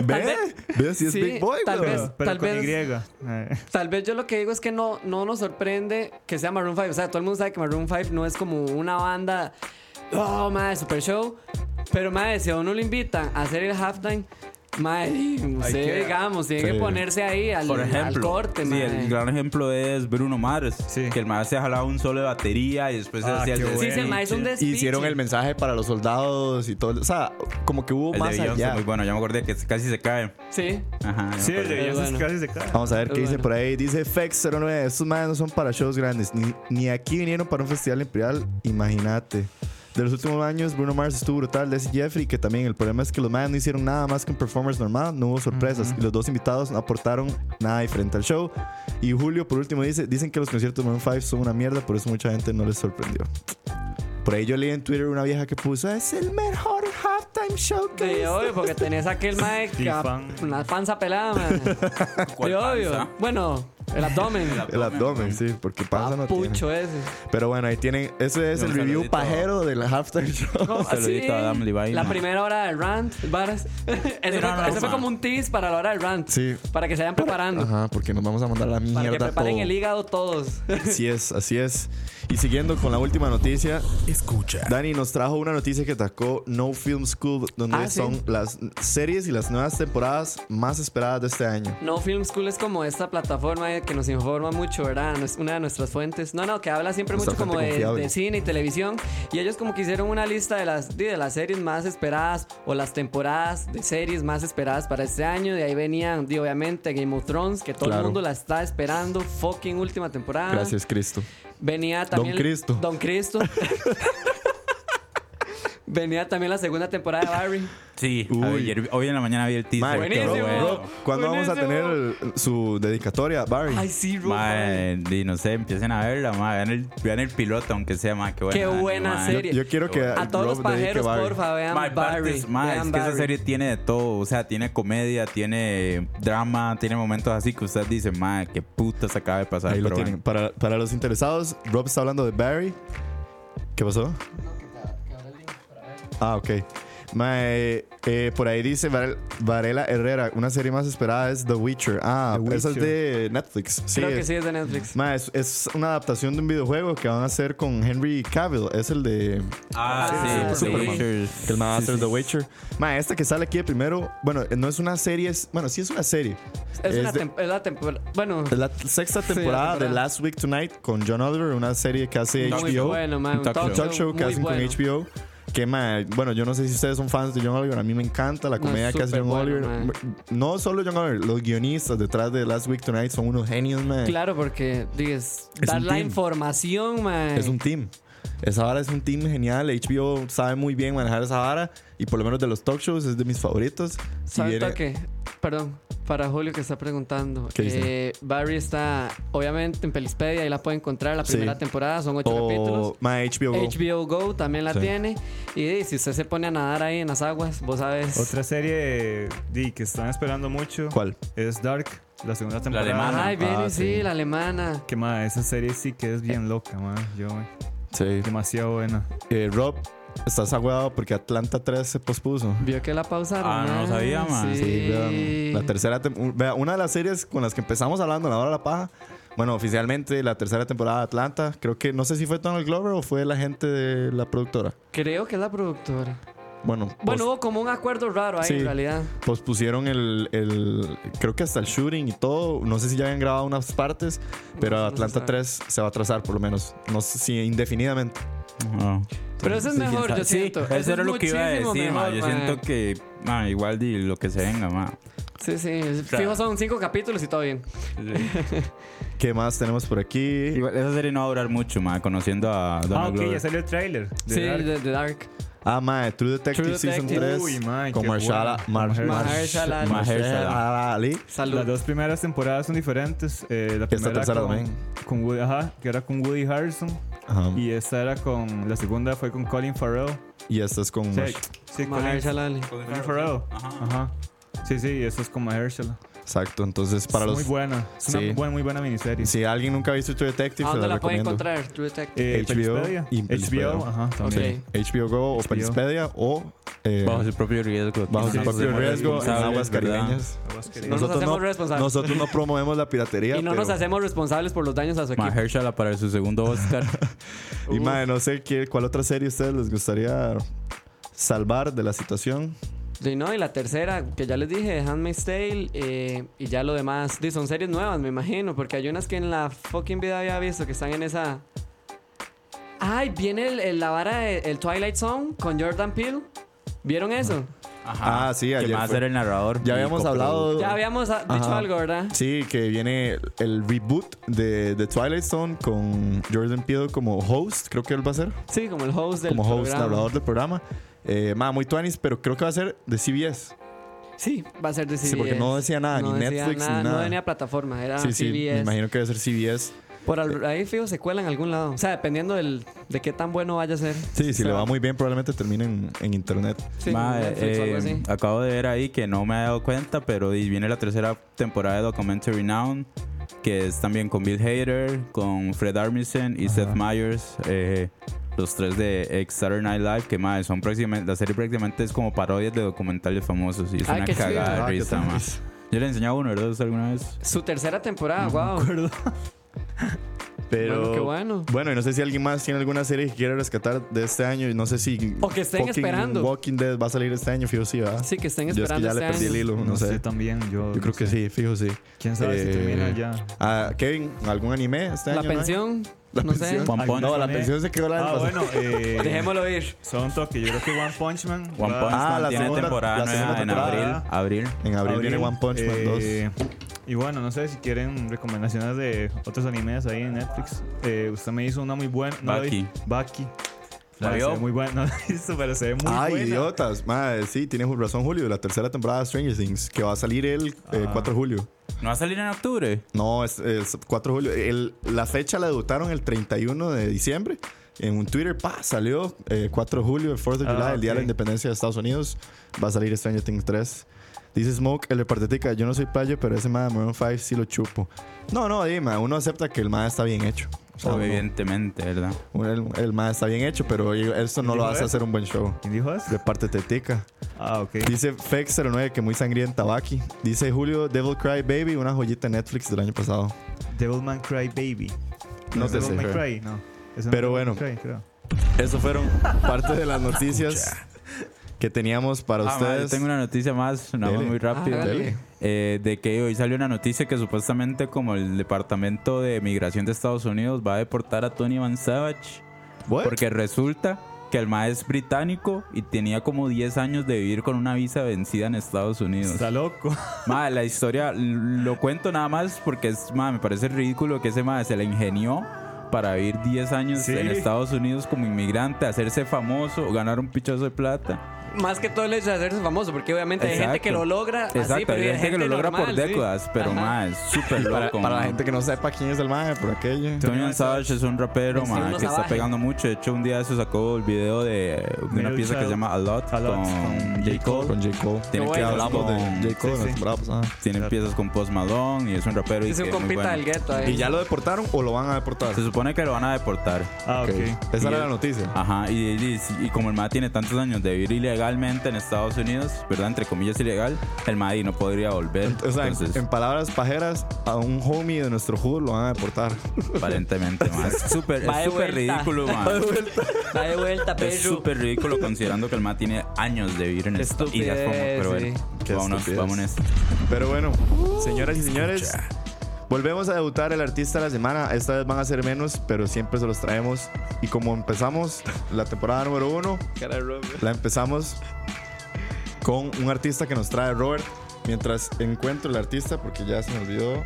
B: ¿Ve? ¿Ve si es
E: sí,
B: Big Boy,
E: tal
B: bro?
E: vez.
F: Pero
E: Tal
F: con
E: vez-
F: Y. Eh.
E: Tal vez yo lo que digo es que no, no nos sorprende que sea Maroon 5. O sea, todo el mundo sabe que Maroon 5 no es como una banda, oh, madre, super show. Pero, madre, si a uno lo invitan a hacer el halftime, madre, usted,
D: que-
E: digamos, tiene
B: Sí.
E: que ponerse ahí al,
D: Por
E: al
D: ejemplo,
E: corte,
D: sí,
E: mae.
D: el gran ejemplo es Bruno Mars,
F: Sí.
D: que el Mars se jalaba un solo de batería y después
F: Ah,
D: hacía el
F: qué
D: de-
E: Sí, se
F: bueno,
E: mae, es un despiche.
B: Hicieron el mensaje para los soldados y todo. O sea, como que hubo
D: El de
B: más
D: Beyoncé,
B: allá.
D: muy bueno, ya me acordé que casi se cae.
E: Sí.
D: Ajá. ya me
F: Sí, el
D: acordé.
F: de ellos
E: bueno.
F: casi se cae.
B: Vamos a ver qué
E: Pero
B: dice
E: bueno.
B: por ahí. Dice FEX09. Estos más no son para shows grandes. Ni, ni aquí vinieron para un festival imperial. Imagínate. De los últimos años, Bruno Mars estuvo brutal. Leslie Jeffrey, que también el problema es que los más no hicieron nada más que un performance normal. No hubo sorpresas. Y los dos invitados no aportaron nada diferente al show. Y Julio, por último, dice: Dicen que los conciertos de Maroon 5 son una mierda. Por eso mucha gente no les sorprendió. Por ahí yo leí en Twitter una vieja que puso: Es el mejor halftime show que he
E: Sí,
B: visto".
E: obvio, porque tenés aquel mae
F: Sí,
E: que a-
F: fan.
E: una panza pelada, mae.
D: ¿Cuál
E: Sí, obvio.
D: panza?
E: Bueno, el abdomen.
B: El abdomen, sí, porque panza no tiene.
E: Pucho ese.
B: Pero bueno, ahí tienen. Ese es
D: Un
B: el review
D: saludito.
B: pajero del halftime show.
E: Oh,
D: saludito
E: sí.
D: a Adam Levine,
E: La
D: man.
E: primera hora del rant, varas. Ese,
D: no,
E: fue,
D: no,
E: ese fue
D: man.
E: como un tease para la hora del rant.
B: Sí.
E: Para que se vayan preparando.
B: Ajá, porque nos vamos a mandar a la
E: para que
B: mierda
E: preparen
B: todo.
E: el hígado todos.
B: Así es, así es. Y siguiendo con la última noticia,
A: Escucha.
B: Dani nos trajo una noticia que atacó No Film School, donde
E: Ah, sí.
B: son las series y las nuevas temporadas más esperadas de este año.
E: No Film School es como esta plataforma que nos informa mucho, ¿verdad? No Es una de nuestras fuentes. No, no, que habla siempre
B: Nuestra
E: mucho como
B: fuente
E: de,
B: confiable.
E: de cine y televisión. Y ellos como que hicieron una lista de las, de las series más esperadas o las temporadas de series más esperadas para este año. De ahí venían, di, obviamente, Game of Thrones, que todo
B: Claro.
E: el mundo la está esperando. Fucking última temporada.
B: Gracias, Cristo.
E: Venía también.
B: Cristo.
E: Don Cristo. Venía también la segunda temporada de Barry.
D: Sí,
B: Uy.
D: ayer- hoy en la mañana vi el teaser.
B: Mae,
D: qué
E: Buenísimo.
D: bueno.
E: Rob.
B: ¿Cuándo vamos a tener
E: Buenísimo.
B: el- su dedicatoria, Barry?
E: Ay, sí, Rob.
D: Mae, di, no sé, empiecen a verla, mae, vean el, vean el piloto, aunque sea, mae, qué buena.
E: Qué buena
D: mae.
E: serie.
B: Yo quiero que
E: A todos los
B: Rob dedique
E: pajeros,
B: Barry.
E: porfa, vean
D: Mae,
E: Barry.
D: partes, mae,
E: vean
D: es que esa
E: Barry.
D: serie tiene de todo, o sea, tiene comedia, tiene drama, tiene momentos así que usted dice, mae, qué puta se acaba de pasar.
B: Ahí lo
D: pero
B: tienen. Para, para los interesados, Rob está hablando de Barry. ¿Qué pasó? Ah, ok. Mae, eh, por ahí dice Varel- Varela Herrera, una serie más esperada es The Witcher. Ah,
F: The
B: esa es de Netflix. Sí,
E: Creo que
B: es-
E: sí es de Netflix.
B: mae, es, es una adaptación de un videojuego que van a hacer con Henry Cavill. Es el de
D: bueno.
E: Ah,
D: Ah,
E: Superman.
D: sí, Superman.
B: que Ah, el man va a hacer The Witcher. Ma, esta que sale aquí de primero, bueno, no es una serie, es- bueno, sí es una serie.
E: Es, una
B: de-
E: tem- es la temporada. Bueno,
B: es la sexta
E: Sí, la
B: temporada de
E: temporada.
B: Last Week Tonight con John Oliver, una serie que hace
E: muy
B: HBO.
E: bueno, man.
D: un talk
B: un talk show que
E: muy
B: hacen
E: bueno.
B: con HBO. Que, ma, bueno, yo no sé si ustedes son fans de John Oliver, a mí me encanta la
E: No,
B: comedia
E: es
B: que hace John
E: superbueno,
B: Oliver.
E: ma.
B: No solo John Oliver, los guionistas detrás de Last Week Tonight son unos genios, man.
E: Claro, porque digas,
B: Es
E: dar
B: un
E: la
B: team.
E: información, man.
B: Es un team. Esa vara es un team genial. HBO sabe muy bien manejar esa vara. Y por lo menos de los talk shows es de mis favoritos. Y
E: ¿Saben
B: viene-
E: toque? Perdón, para Julio que está preguntando.
B: ¿Qué dice?
E: Eh, Barry está, obviamente, en Pelispedia, ahí la pueden encontrar. La
B: Sí. Oh,
E: primera temporada son ocho capítulos.
B: o My HBO Go.
E: HBO Go también la tiene. Y eh, si usted se pone a nadar ahí en las aguas, vos sabes.
F: Otra serie di, que están esperando mucho
B: ¿Cuál?
F: es Dark, la segunda temporada.
D: alemana.
E: Ay, viene,
B: Ah,
E: sí.
B: sí.
E: la alemana.
F: Que más, esa serie sí que es bien loca, man. Yo,
B: Sí.
F: demasiado buena.
B: Eh, Rob, estás agüeado porque Atlanta 3 se pospuso.
E: Vio que la pausaron.
D: Ah, no lo
E: ah,
D: sabía, man.
B: Sí, vean, La
E: Sí.
B: tercera tem- u- vea, una de las series con las que empezamos hablando en la hora de la paja. Bueno, oficialmente la tercera temporada de Atlanta. Creo que no sé si fue Donald Glover o fue la gente de la productora.
E: Creo que es la productora.
B: Bueno,
E: Bueno, hubo como un acuerdo raro ahí
B: Sí.
E: en realidad.
B: pos- pospusieron el, el- Creo que hasta el shooting y todo. No sé si ya habían grabado unas partes, pero
E: No, no se
B: Atlanta
E: sabe.
B: 3 se va a atrasar por lo menos. No sé si indefinidamente.
D: Ah.
E: Pero eso es
D: Sí, quién
E: mejor,
D: sabe.
E: yo
D: Sí,
E: siento.
D: Eso era
E: es
D: lo que iba a
E: muchísimo
D: decir, ma.
E: mejor,
D: Yo
E: ma.
D: siento que, ma, igual di lo que se venga, ma.
E: Sí, sí.
D: sea-
E: Fijo, son cinco capítulos y todo bien.
B: ¿Qué más tenemos por aquí?
D: Igual, esa serie no va a durar mucho, ma, conociendo a Donald
F: ah, ok,
D: Glover.
F: ya salió el tráiler. de
E: sí,
F: Dark.
E: de The Dark.
B: Ah, mae, True Detective
E: True
B: Season
E: Detective.
B: 3.
F: Uy, mae,
B: con
F: qué
B: Marshala,
F: bueno.
B: Mar-
F: Mahershala.
B: Mar-
E: Mahershala Ali.
B: Mahershala Ali.
E: Salud.
F: Las dos primeras temporadas son diferentes. eh,
B: Y
F: la
B: esta
F: primera
B: tercera
F: con,
B: también. Mm.
F: con Woody, ajá, que era con Woody Harrison.
B: Ajá.
F: Y esta era con. La segunda fue con Colin Farrell.
B: Y esta es con. pues,
F: Sí,
B: Marsh-
F: sí, Colin,
E: Mahershala Ali.
F: Colin Farrell. Ajá. Sí, sí, y eso es con Mahershala.
B: Exacto, entonces para
F: es
B: los.
F: muy buena. Es una
B: Sí.
F: buena, muy buena miniserie.
B: Si alguien nunca ha visto True Detective,
E: ¿A
B: se
E: Ah, dónde
B: la,
E: la pueden
B: recomiendo.
E: encontrar? True Detective.
F: Eh,
B: HBO
F: Pelispedia.
B: y Pelispedia.
F: HBO, ajá,
E: Ok.
F: también.
B: HBO Go o Perispedia o. eh,
D: Bajo su propio riesgo.
B: bajo su
F: Sí,
B: propio
F: sí,
B: riesgo en
D: responsable,
B: aguas
D: ¿verdad?
B: caribeñas.
E: No nos hacemos responsables.
B: nosotros no promovemos la piratería.
E: y no nos
B: pero-
E: hacemos responsables por los daños a su equipo.
D: Mahershala para su segundo Oscar.
B: Y mae, no sé qué, cuál otra serie a ustedes les gustaría salvar de la situación.
E: Y no, y la tercera, que ya les dije, Handmaid's Tale eh, y ya lo demás. Di, son series nuevas, me imagino, porque hay unas que en la fucking vida había visto que están en esa... Ay, viene el, el- la vara de- el Twilight Zone con Jordan Peele. ¿Vieron eso?
D: Ajá.
B: Ah, sí,
D: Que
B: ayer
D: más
B: fue.
D: era el narrador.
B: Ya habíamos
D: Y
B: hablado.
E: Ya habíamos ah, dicho
B: Ajá.
E: algo, ¿verdad?
B: Sí, que viene el reboot de, de Twilight Zone con Jordan Peele como host, creo que él va a ser.
E: Sí, como el host del
B: como host,
E: programa.
B: narrador del programa. Eh, ma, muy Twanis, pero creo que va a ser de CBS.
E: Sí, va a ser de CBS.
B: Sí, porque no decía nada,
E: No
B: ni
E: decía
B: Netflix,
E: nada,
B: ni nada.
E: No venía plataforma, era
B: sí, sí, me
E: CBS.
B: imagino Eh. que va a ser CBS.
E: Por al- ahí, fijo, se cuela en algún lado. O sea, dependiendo del, de qué tan bueno vaya a ser.
B: Sí, si
E: O sea,
B: le va muy bien, probablemente termine en, en internet.
E: Sí,
D: Ma,
E: Netflix o algo
D: eh,
E: así.
D: acabo de ver ahí que no me he dado cuenta, pero y viene la tercera temporada de Documentary Now, que es también con Bill Hader, con Fred Armisen y Seth Meyers, eh, los tres de ex Saturday Night Live, que más son prácticamente, la serie prácticamente es como parodias de documentales famosos y es
E: Ay,
D: una
E: qué chido.
D: cagada de
B: Ah, qué
D: risa, ma.
B: tuanis.
D: Yo le he enseñado uno, ¿verdad? ¿Usted alguna vez?
E: Su tercera temporada, wow.
B: Pero.
E: Bueno, qué bueno.
B: Bueno, y no sé si alguien más tiene alguna serie que quiera rescatar de este año. Y no sé si.
E: O que estén
B: fucking
E: esperando.
B: Walking Dead va a salir este año, fijo, sí, ¿verdad?
E: Sí, que estén
B: Yo es que
E: esperando
B: ya le
E: este
B: perdí el
E: año.
B: hilo, no,
F: No sé,
B: sé.
F: también. Yo,
B: Yo creo que sí, fijo, sí.
F: Quién sabe si
B: Eh,
F: termina ya.
B: Ah, Kevin, ¿algún anime este
E: La
B: año? no hay?
E: pensión,
B: La
E: no sé.
B: pensión.
D: One Punch
B: No,
D: Man.
B: la pensión se quedó la del
F: Ah,
B: pasado.
F: bueno, eh,
E: Dejémoslo ir.
F: Son toque. Yo creo que One Punch Man.
D: One
F: va-
D: Punch
B: Ah,
D: Man
B: la
D: tiene
B: segunda-
D: temporada
B: la
D: nueva
B: segunda
D: en
F: temporada.
D: abril. Abril.
B: En abril, viene One Punch Man
F: eh, Y bueno, no sé si quieren recomendaciones de otros animes ahí en Netflix. Eh, usted me hizo una muy buena. No la vi. Baki.
D: ¿La
F: Mae, se
D: vio?
F: ve muy bueno. No la he visto, pero se ve muy
B: Ay,
F: buena.
B: idiotas. Madre, sí, tiene razón Julio. La tercera temporada de Stranger Things, que va a salir el
F: Ah.
B: eh, 4 de julio.
D: ¿No va a salir en octubre?
B: No, es, es 4 de julio. El- la fecha la debutaron el 31 de diciembre. En un Twitter, pa, salió eh, 4 de julio, el 4 de
F: Ah,
B: julio, el Día de la
F: ok.
B: Independencia de Estados Unidos. Va a salir este Stranger Things 3. Dice Smoke, el de Partetica, yo no soy playa, pero ese madre de Maroon 5 sí lo chupo. No, no, dime, uno acepta que el madre está bien hecho. O
F: Ah,
B: sea, uno-
D: Evidentemente, ¿verdad?
B: uno- el, el madre está bien hecho, pero esto no lo
F: dijo
B: hace
F: eso?
B: hacer un buen show.
F: ¿Quién dijo eso?
B: De parte tetica.
F: Ah, ok.
B: Dice Fex09 que muy sangrienta Baki. Dice Julio Devil Cry Baby, una joyita de Netflix del año pasado.
F: Devilman Cry Baby.
B: No
F: ¿Es
B: te sé,
F: Devilman
B: creo.
F: Cry, no. Eso no
B: Pero
F: es
B: bueno.
F: Devilman Cry, creo.
B: Eso fueron parte de las noticias que teníamos para
D: Ah, ma, yo
B: ustedes.
D: tengo una noticia más, nada más
B: Dele.
D: muy rápido.
E: Ah, dale.
D: Eh, de que hoy salió una noticia que supuestamente como el Departamento de Migración de Estados Unidos va a deportar a Tony Van Savage.
B: What?
D: Porque resulta que el maestro es británico y tenía como 10 años de vivir con una visa vencida en Estados Unidos.
F: Está loco.
D: Ma, la historia l- lo cuento nada más porque es, ma, me parece ridículo que ese mae se la ingenió para vivir 10 años
F: Sí.
D: en Estados Unidos como inmigrante, hacerse famoso, ganar un pichazo de plata.
E: Más que todo el hecho de hacerse famoso, porque obviamente hay gente que
D: Exacto.
E: lo logra. así,
D: Exacto,
E: pero
D: hay gente, que lo logra por
E: normal, sí.
D: décadas, pero
E: Ajá.
D: más es súper loco.
B: Para, para la
D: ma.
B: gente que no sepa quién es el mae por aquello.
D: Tony Van Savage es un rapero
E: Es
D: ma,
E: uno
D: que está
E: salvaje.
D: pegando mucho. De hecho, un día se sacó el video de, de una
F: Middle
D: pieza que se
F: Child.
D: llama A Lot,
F: A Lot
D: con,
F: con
D: J. Cole.
B: Con J. Cole.
D: Tiene
E: Qué
D: que
E: bueno.
D: hablar
B: Hablamos de J. Cole,
F: Sí, sí.
B: bravo, ah.
D: Tiene
F: Claro.
D: piezas con Post Malone y es un rapero. y
E: Es
D: que
E: un
D: es muy
E: compita
D: bueno.
E: del gueto
B: ¿Y
E: ahí.
B: ya lo deportaron o lo van a deportar?
D: Se supone que lo van a deportar.
F: Ah, ok.
B: Ok. Esa era la noticia.
D: Ajá, y, y- y como el MA tiene tantos años de vivir ilegalmente en Estados Unidos, ¿verdad? Entre comillas ilegal, el MA no podría volver.
B: O sea, en-
D: Entonces,
B: en palabras pajeras, a un homie de nuestro hood lo van a deportar.
D: aparentemente, ma, es súper
E: Va de
D: es súper
E: vuelta.
D: ridículo, ma.
E: Da de vuelta,
D: Es
E: perro.
D: súper ridículo considerando que el MA tiene años de vivir en Estados Unidos.
E: Estupidez,
D: Pero
E: sí.
D: bueno,
B: Qué
D: vámonos,
B: estupidez.
D: vámonos.
B: Pero bueno, señoras y señores, volvemos a debutar el artista de la semana. Esta vez van a ser menos, pero siempre se los traemos. Y como empezamos la temporada número uno, la empezamos con un artista que nos trae Robert. Mientras encuentro el artista, porque ya se me olvidó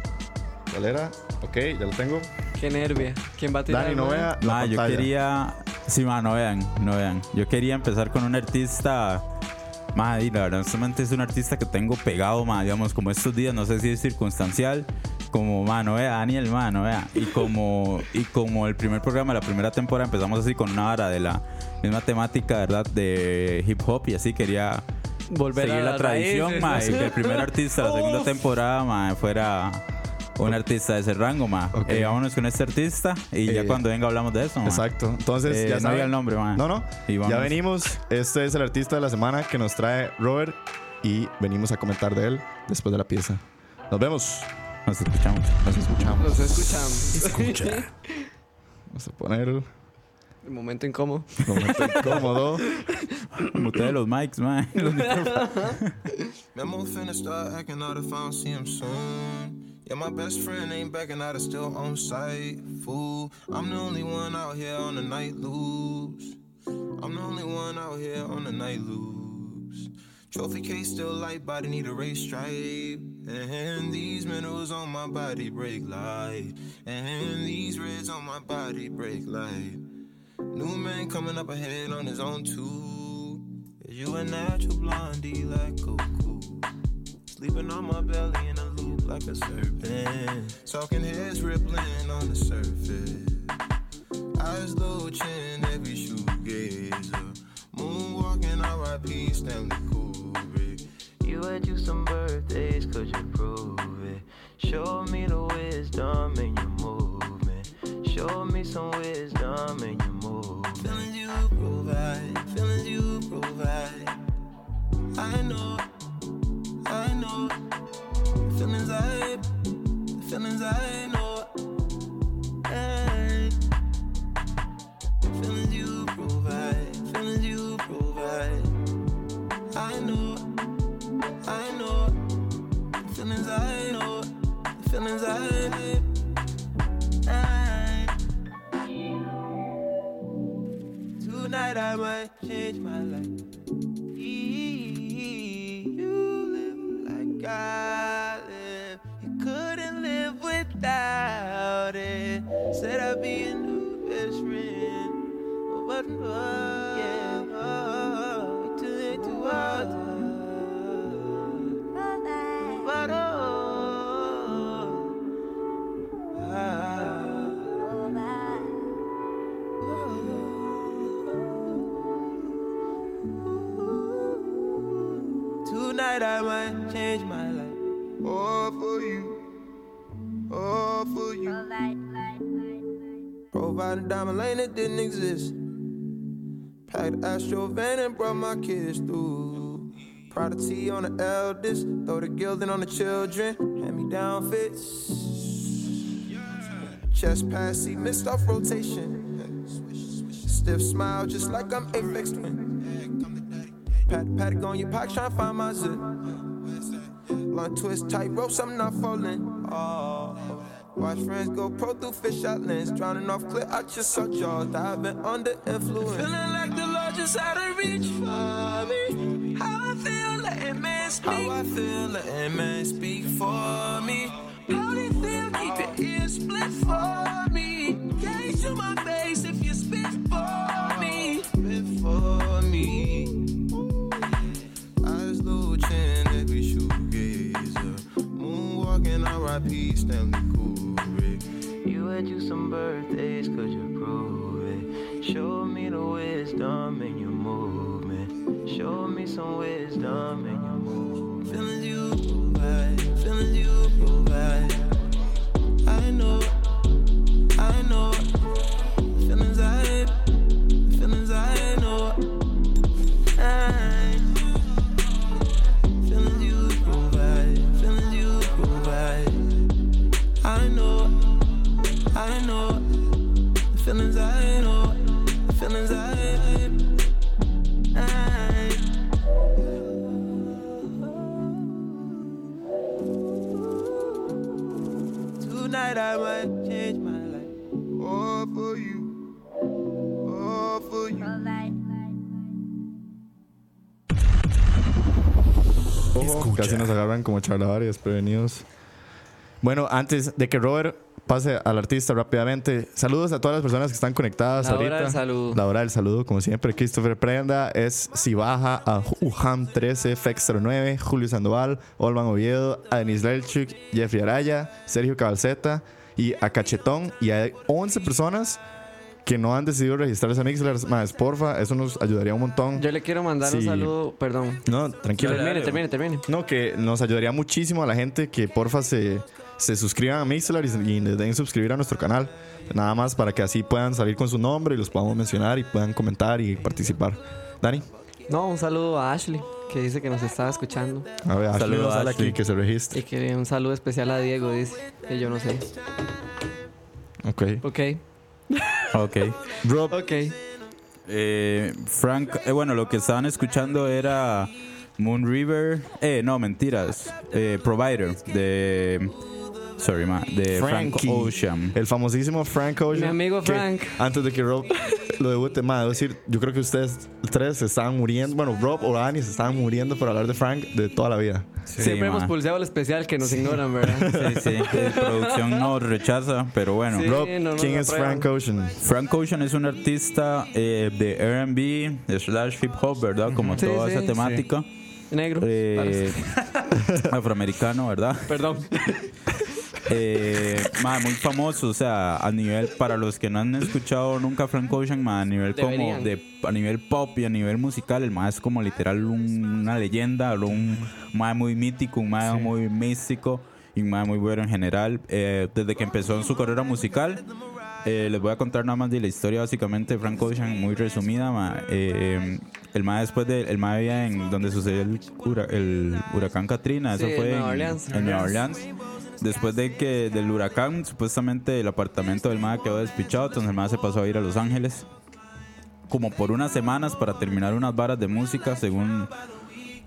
B: cuál era. Ok, ya lo tengo.
E: Qué nervia. ¿Quién va a tirar?
B: Dani, no
E: man?
B: vea la
D: Ma, Ah, yo
B: pantalla.
D: quería. Sí, ma, no vean, no vean. Yo quería empezar con un artista. Ma, y la verdad, honestamente es un artista que tengo pegado, ma, digamos, como estos días, no sé si es circunstancial. Como, ma, no vea, Daniel, ma, no vea. Y como, y como el primer programa, la primera temporada, empezamos así con una vara de la misma temática, ¿verdad? De hip hop y así quería
E: Volver a
D: seguir la
E: las
D: tradición,
E: raíces,
D: ma, y
E: ¿no?
D: que el primer artista de la segunda
E: Uf.
D: temporada, ma, fuera un artista de ese rango, ma.
B: Ok.
D: Eh, vámonos con este artista y ya
B: Eh,
D: cuando venga hablamos de eso, ma.
B: Exacto. Entonces,
D: Eh,
B: ya
D: no
B: saben-
D: diga el nombre, man.
B: No, no.
D: Y vamos.
B: ya venimos. Este es el artista de la semana que nos trae Robert y venimos a comentar de él después de la pieza. Nos vemos.
D: Nos escuchamos.
B: Nos escuchamos.
E: Los escuchamos.
A: Escucha.
B: Vamos a poner el
E: El momento incómodo.
B: momento incómodo.
D: Ustedes los mics, man. Los micrófonos.
H: Memo finna start acting out if I don't see him soon. Yeah, my best friend ain't backing out, it's still on site. Fool, I'm the only one out here on the night loose. I'm the only one out here on the night loose. Trophy case still light, body need a race stripe. And these minerals on my body break light. And these reds on my body break light. New man coming up ahead on his own too. You a natural blondie like Goku. Sleeping on my belly in a loop like a serpent. Talking heads rippling on the surface. Eyes low, chin, every shoegazer. Moonwalking RIP Stanley Kubrick. You had you some birthdays, could you prove it? Show me the wisdom in your movement. Show me some wisdom in your movement. Feelings you provide, feelings you provide. I know, I know. Feelings I, feelings I know. Hey. Feelings you provide, feelings you provide. I know, I know. Feelings I know, feelings I. I Tonight I might change my life. You live like I live. You couldn't live without it. Said I'd be your new best friend. Oh, But oh, what? Oh, oh. Ah.
I: said I might change my life. All for you. All for you. Drove out of Diamond Lane, it didn't exist. Packed Astro van and brought my kids through. Proud of T on the eldest, throw the gilding on the children. Hand me down fits. Chest pass, he missed off rotation. Stiff smile, just like I'm Apex Twin. Pat, paddock on your pack, tryna find my zip. Long twist, tight ropes, I'm not falling. Oh. Watch friends go pro through fish out lens. Drowning off clear out your salt jaws. Diving under influence.
J: Feeling like the Lord just out of reach for me. How I feel, letting man speak.
I: How I feel, letting man speak for me.
J: How they feel, keep your ears split for me. Gaze to my face if you spit for me.
I: Spit for me. Eyes Luchin, every shoegazer. Moonwalking, RIP, Stanley Kubrick. You had you some birthdays, could you prove it? Show me the wisdom in your movement. Show me some wisdom in your movement. Feelings you provide, feelings you provide. I know, I know. Feelings I, feelings I know. I Feelings you provide, feelings you provide. I know, I know, the feelings I know, the feelings I. I Tonight I might change my life. All for you, all for you.
B: Casi nos agarran como charladores, prevenidos. Bueno, antes de que Robert pase al artista rápidamente, saludos a todas las personas que están conectadas
E: La hora
B: ahorita.
E: del saludo.
B: La hora del saludo, como siempre. Christopher Prenda es Sibaja, a Uham 13, Fex 09, Julio Sandoval, Olman Oviedo, a Denis Lelchuk, Jeffrey Araya, Sergio Cabalceta y a Cachetón. Y hay 11 personas que no han decidido registrarse a Mixler. Más, porfa, eso nos ayudaría un
D: Mm.
B: montón.
E: Yo le quiero mandar un
B: Sí.
E: saludo, perdón.
B: No, tranquilo.
E: Termine, termine, termine.
B: No, que nos ayudaría muchísimo a la gente que porfa se, se suscriban a Mixler y, y les den suscribir a nuestro canal. Nada más para que así puedan salir con su nombre y los podamos mencionar y puedan comentar y participar. Dani,
E: No, un saludo a Ashley, que dice que nos estaba escuchando.
B: a ver, Ashley
D: Saludos,
B: nos sale
D: Ashley.
B: aquí que se registre.
E: Y que un saludo especial a Diego, dice. Que yo no sé.
B: Ok.
D: Eh,
E: Ok,
D: Ok.
B: Rob,
E: ok.
D: Eh, Frank, eh, bueno, lo que estaban escuchando era Moon River, eh, no, mentiras, eh, Provider de, sorry, ma, de Frank
B: Frankie.
D: Ocean.
B: el famosísimo Frank Ocean.
E: Mi amigo
B: que
E: Frank.
B: Antes de que Rob lo debute, más, debo decir, yo creo que ustedes tres se estaban muriendo. Bueno, Rob o Dani se estaban muriendo por hablar de Frank de toda la vida.
D: Sí,
E: Siempre
D: ma.
E: hemos pulseado el especial que nos ignoran, ¿verdad?
D: Sí, sí, eh, producción no rechaza, pero bueno.
E: Sí.
B: Rob,
E: no, no,
B: ¿quién
E: no,
B: es
E: prueba.
B: Frank Ocean?
D: Frank Ocean es un artista eh, de RB, slash hip hop, ¿verdad? Como
E: Sí,
D: toda
E: sí,
D: esa
E: sí.
D: temática.
E: Negro.
D: Eh, afroamericano, ¿verdad?
E: Perdón.
D: Eh, ma, muy famoso, o sea, a nivel, para los que no han escuchado nunca Frank Ocean, ma, a nivel como
E: Deberían.
D: de, a nivel pop y a nivel musical, el más es como literal un- una leyenda, o un más muy mítico, un más muy místico y un más muy bueno en general. Eh, desde que empezó en su carrera musical, eh, les voy a contar nada más de la historia básicamente de Frank Ocean, muy resumida, ma. Eh, el más después de, el más había en donde sucedió el, hura- el huracán Katrina, eso
E: Sí, en
D: fue
E: Nueva Orleans.
D: en Nueva Orleans. Después de que del huracán, supuestamente el apartamento del MAD quedó despichado, entonces el MAD se pasó a ir a Los Ángeles como por unas semanas para terminar unas varas de música, según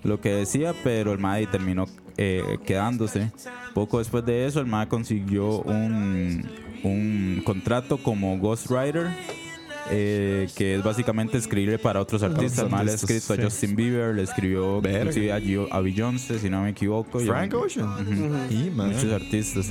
D: lo que decía, pero el MAD terminó eh, quedándose. Poco después de eso, el MAD consiguió un, un contrato como ghostwriter, eh, que es básicamente escribirle para otros artistas. El MAD le ha
B: artistas,
D: escrito a
B: sí.
D: Justin Bieber, le escribió
B: Verga.
D: inclusive a, Gio- a Beyoncé, si no me equivoco. y a-
B: Frank Ocean. Y, man.
D: muchos artistas.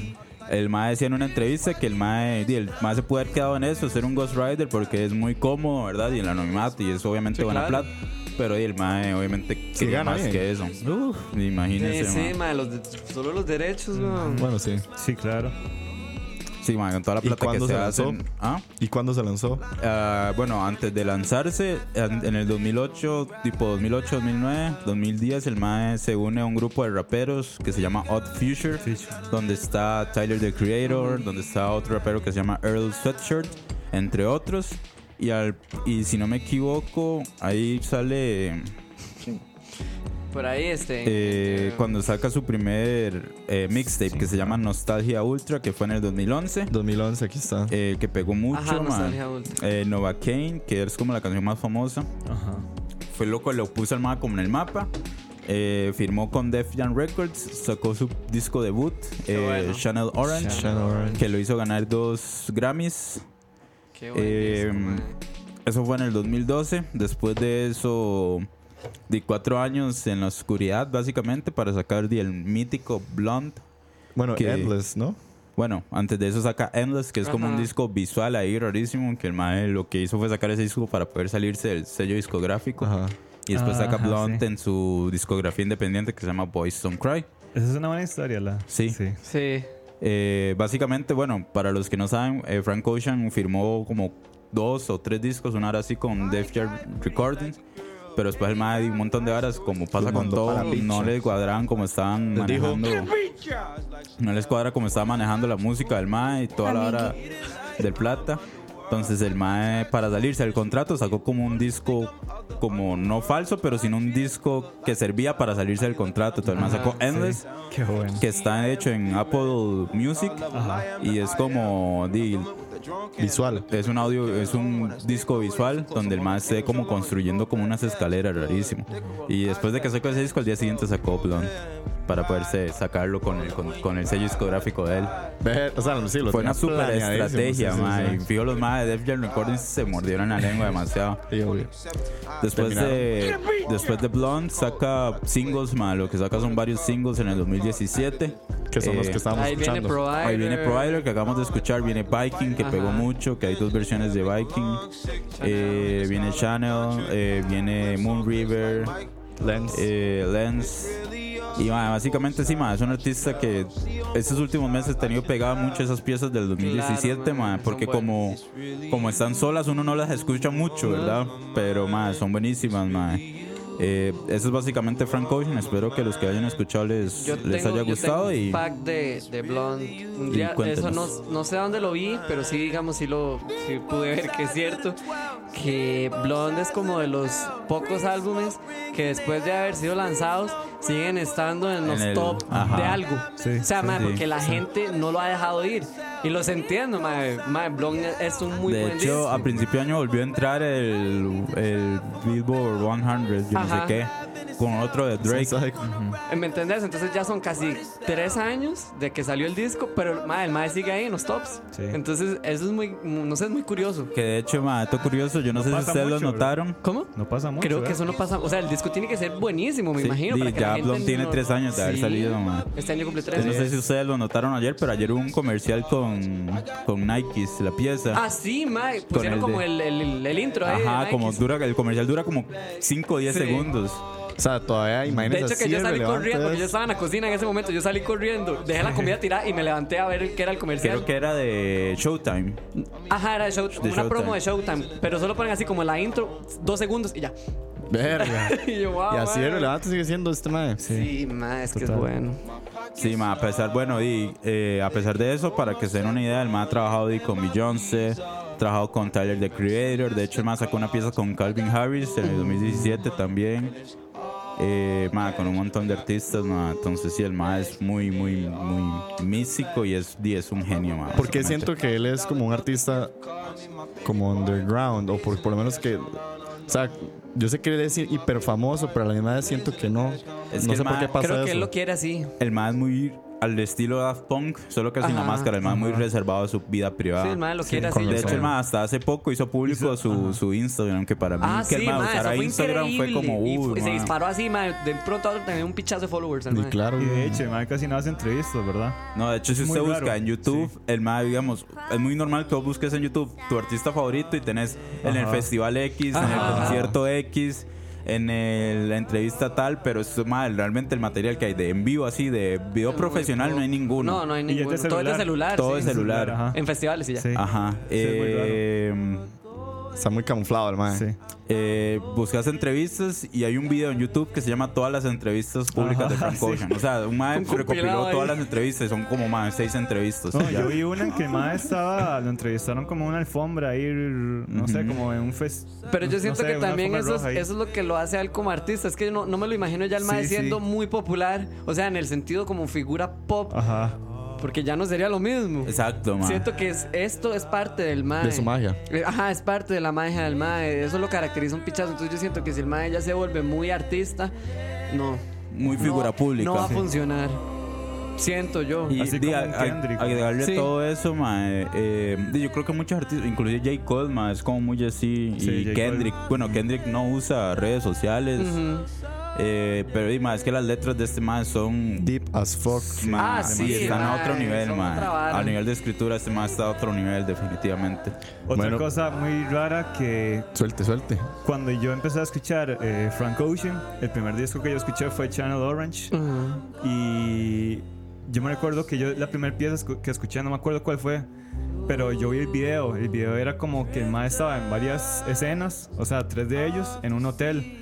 D: El Mae decía en una entrevista que el Mae, di, el mae se puede haber quedado en eso, ser un Ghost Rider, porque es muy cómodo, ¿verdad? Y el anonimato, y es obviamente
E: Sí,
D: buena
E: claro.
D: plata. Pero di, el Mae, obviamente, quería
B: gana
D: más
B: bien.
D: que eso. Uf,
E: Eh,
D: imagínense,
E: sí,
D: mae. Mm.
E: ma, los de- solo los derechos, weón.
B: Bueno, sí.
F: Sí, claro.
D: Sí, mae, con toda la
B: ¿Y
D: plata que
B: cuándo
D: se,
B: se lanzó?
D: hacen. ¿Ah?
B: ¿Y cuándo se lanzó?
D: Ah, bueno, antes de lanzarse, en en el 2008, tipo 2008, 2009, 2010, el MAE se une a un grupo de raperos que se llama Odd Future, donde está Tyler the Creator, donde está otro rapero que se llama Earl Sweatshirt, entre otros. Y, al, y si no me equivoco, ahí sale
E: Por ahí, este.
D: eh, cuando saca su primer eh, mixtape que se llama Nostalgia Ultra, que fue en el 2011.
B: 2011, aquí está.
D: eh, que pegó mucho,
E: Ajá,
D: man.
E: Nostalgia Ultra.
D: Eh, Nova Kane, que es como la canción más famosa. Fue loco, lo puso al mapa como en el mapa. Eh, firmó con Def Jam Records, sacó su disco debut, eh,
E: bueno.
D: Channel Orange,
B: Channel Orange.
D: que lo hizo ganar dos Grammys.
E: Qué
D: Eh,
E: bueno.
D: eso fue en el 2012. Después de eso, di cuatro años en la oscuridad, básicamente, para sacar di, el mítico Blonde.
B: Bueno,
D: que-
B: Endless, ¿no?
D: Bueno, antes de eso saca Endless, que es como un
E: Ajá.
D: disco visual ahí rarísimo, que el mae lo que hizo fue sacar ese disco para poder salirse del sello discográfico.
B: Ajá.
D: Y después saca
F: Ajá,
D: Blunt
F: sí.
D: en su discografía independiente que se llama Boys Don't Cry.
F: Esa es una buena historia, la.
D: Sí.
F: Sí.
E: Sí.
D: Eh, básicamente, bueno, para los que no saben, eh, Frank Ocean firmó como dos o tres discos, una hora así con Def Jam Recordings. Pero después el mae dio un montón de horas, como pasa
B: Los
D: con
B: mandó
D: todo,
B: para la
D: no
B: pincha.
D: le cuadraban como estaban
B: Les dijo,
D: manejando. No les cuadra como estaba manejando la música del mae y toda la hora del plata. Entonces el mae, para salirse del contrato, sacó como un disco, como no falso, pero sino un disco que servía para salirse del contrato. Entonces el mae sacó Endless
F: Qué bueno.
D: que está hecho en Apple Music y es como di,
B: Visual.
D: es un audio es un disco visual donde el más esté como construyendo como unas escaleras rarísimo y después de que sacó ese disco al día siguiente sacó Blonde para poderse sacarlo con el, con, con el sello discográfico de él.
B: Ve- O sea, sí, lo
D: Fue
B: tenía
D: una super
B: planeadísimo,
D: estrategia,
B: sí, sí,
D: mae. Y
B: sí.
D: Fijo, los más de Def Jam Recordings se mordieron la lengua demasiado.
B: Sí, obvio.
D: Después de, después de Blonde saca singles, mae. Lo que saca son varios singles en el 2017.
B: Que son los
D: Eh,
B: que estábamos
E: Ahí viene
B: escuchando.
E: Provider.
D: Ahí viene Provider que acabamos de escuchar, viene Viking que
E: Ajá.
D: pegó mucho, que hay dos versiones de Viking, Eh, viene Channel, eh, viene Moon River,
B: Lens.
D: eh, Lens. Y ma, básicamente sí, ma, es un artista que estos últimos meses ha tenido pegadas mucho esas piezas del 2017,
E: Claro, ma,
D: ma, porque
E: son
D: como, como están solas uno no las escucha mucho, ¿verdad? Pero ma, son buenísimas. Ma. Eh, eso es básicamente Frank Ocean, espero que los que hayan escuchado les,
E: Yo
D: les
E: tengo-
D: haya
E: yo tengo
D: gustado.
E: un
D: y
E: pack de, de Blonde. Un
D: Y
E: día- eso no,
D: cuéntenos.
E: no sé dónde lo vi, pero sí, digamos, sí lo sí pude ver que es cierto. Que Blonde es como de los pocos álbumes que después de haber sido lanzados siguen estando en los
D: En el-
E: top
D: ajá.
E: de algo. o sea, mae,
D: sí,
E: porque la gente no lo ha dejado ir. Y los entiendo, mae. Mae, Blonde es un muy
D: de
E: buen
D: hecho,
E: disco.
D: a principio de año volvió a entrar el, el Billboard 100, yo no
E: Ajá.
D: sé qué, con otro de Drake.
B: Psycho.
E: ¿Me entendés? Entonces ya son casi tres años de que salió el disco, pero mae, el mae sigue ahí en los tops.
F: Sí.
E: Entonces, eso es muy, no sé, es muy curioso.
D: Que de hecho, ma, esto curioso, yo no, sé si
F: pasa
D: ustedes lo
F: mucho,
D: notaron.
E: ¿Cómo?
F: No pasa mucho.
E: Creo que
F: ¿eh?
E: eso no pasa. O sea, el disco tiene que ser buenísimo, me
D: Sí,
E: imagino.
D: di,
E: para que
D: ya
E: la gente
D: Blond tiene
E: no-
D: tres años de haber salido, ma.
E: Este año cumple
D: Yo
E: tres.
D: no sé si ustedes lo notaron ayer, pero ayer hubo un comercial con, con Nikes, la pieza.
E: Ah, sí, Mike. Pusieron
D: el
E: como
D: de-
E: el, el, el, el intro ahí. de
D: Ajá,
E: Nike.
D: como dura, el comercial dura como 5 o 10
E: Sí.
D: segundos.
B: O sea, todavía
E: De
B: imagínense.
E: hecho, que
B: así
E: yo
B: de
E: salí
B: relevante
E: corriendo, porque
B: es.
E: yo estaba en la cocina en ese momento. Yo salí corriendo, dejé la comida tirada y me levanté a ver qué era el comercial.
D: Creo que era de Showtime.
E: Ajá, era de Show- como una
D: Showtime.
E: promo de Showtime. Pero solo ponen así como la intro, dos segundos y ya.
B: Verga.
E: y yo, wow.
B: Y así de
E: mae.
B: relevante sigue siendo este mae.
E: Sí, ma, es que es bueno.
D: Sí, ma, a pesar, bueno, y eh, a pesar de eso, para que se den una idea, el ma ha trabajado di, con Beyoncé, ha trabajado con Tyler the Creator, de hecho el ma sacó una pieza con Calvin Harris en el 2017 también. Eh, ma, con un montón de artistas, ma, entonces sí, el ma es muy, muy, muy místico y es, y es un genio, ma.
B: Porque
D: básicamente.
B: siento que él es como un artista como underground, o por, por lo menos que. O sea, yo sé que él es hiper famoso, pero a la misma vez siento que no.
D: Es
B: no
D: que
B: sé por
D: el ma-
B: qué pasa
E: Creo que
B: eso.
E: él lo quiere así.
D: El ma es muy al estilo Daft Punk, solo que sin la
E: Ajá,
D: máscara, el ma es muy reservado a su vida privada.
E: Sí, el ma lo quiere así.
B: con
D: Ah, De
B: los
E: yo
D: hecho,
E: creo.
D: el ma hasta hace poco hizo público su, su Instagram, que para mí
E: Ah,
D: que
E: sí,
D: el ma
E: ma, eso
D: usara
E: fue
D: Instagram
E: increíble.
D: fue como,
E: y,
D: uh,
E: fu- y se
D: ma.
E: disparó así, ma, de pronto a otro también un pichazo de followers. al
B: Y
E: ma.
B: claro,
F: Y de
B: güey.
F: hecho, el mae casi no hace entrevistas, ¿verdad?
D: No, de hecho, si
F: Muy
D: usted busca
F: raro,
D: en YouTube,
F: sí.
D: el más, digamos, es muy normal que vos busques en YouTube tu artista favorito y tenés en el
F: Ajá.
D: festival X, en el concierto X. en el- la entrevista tal, pero es mal, realmente el material que hay de en vivo así, de video profesional, no hay ninguno.
E: No, no hay ninguno. Todo es de este celular.
D: Todo
E: sí.
D: es celular.
E: En festivales y ya.
D: Ajá. Em,
B: Está muy camuflado el man.
D: Eh, buscas entrevistas y hay un video en YouTube que se llama Todas las entrevistas públicas de Frank Ocean. O sea, un mae
F: Un compilado
D: recopiló
F: ahí.
D: todas las entrevistas, son como más seis entrevistas.
F: No,
D: Ya.
F: yo vi una en que más estaba, lo entrevistaron como en una alfombra ahí, no sé,
D: Ujú.
F: como en un fest.
E: Pero yo
F: no
E: siento
F: sé,
E: que
F: una
E: también
F: alfombra
E: eso es,
F: roja ahí.
E: eso es lo que lo hace a él como artista. Es que yo no, no me lo imagino ya el mae
F: Sí, sí.
E: siendo muy popular. O sea, en el sentido como figura pop.
F: Ajá.
E: Porque ya no sería lo mismo.
D: Exacto, mae.
E: Siento que es- esto es parte del mae.
D: De su magia.
E: Eh, Ajá, es parte de la magia del mae. Eso lo caracteriza un pichazo. Entonces yo siento que si el mae ya se vuelve muy artista, no.
D: Muy figura
E: No-
D: pública.
E: No va a
D: Sí.
E: funcionar. Siento yo.
D: Y di- a- a- agregarle
E: Sí.
D: todo eso, mae, eh, di, yo creo que muchos artistas, inclusive J. Cole, mae, es como muy así.
F: Sí,
D: y
F: J. Cole.
D: Kendrick, bueno, Kendrick no usa redes sociales.
E: Ujú.
D: eh, pero di, mae, es que las letras de este mae son
B: deep as fuck.
E: Ah, sí,
D: están a
E: mae,
D: otro nivel,
E: son
D: mae.
E: otra vara.
D: A nivel de escritura este mae está a otro nivel definitivamente.
F: Otra cosa muy rara que
B: Suelte, suelte.
F: cuando yo empecé a escuchar eh, Frank Ocean, el primer disco que yo escuché fue Channel Orange. Y yo me recuerdo que yo la primera pieza escu- que escuché, no me acuerdo cuál fue, pero yo vi el video. El video era como que el mae estaba en varias escenas, o sea, tres de ellos en un hotel.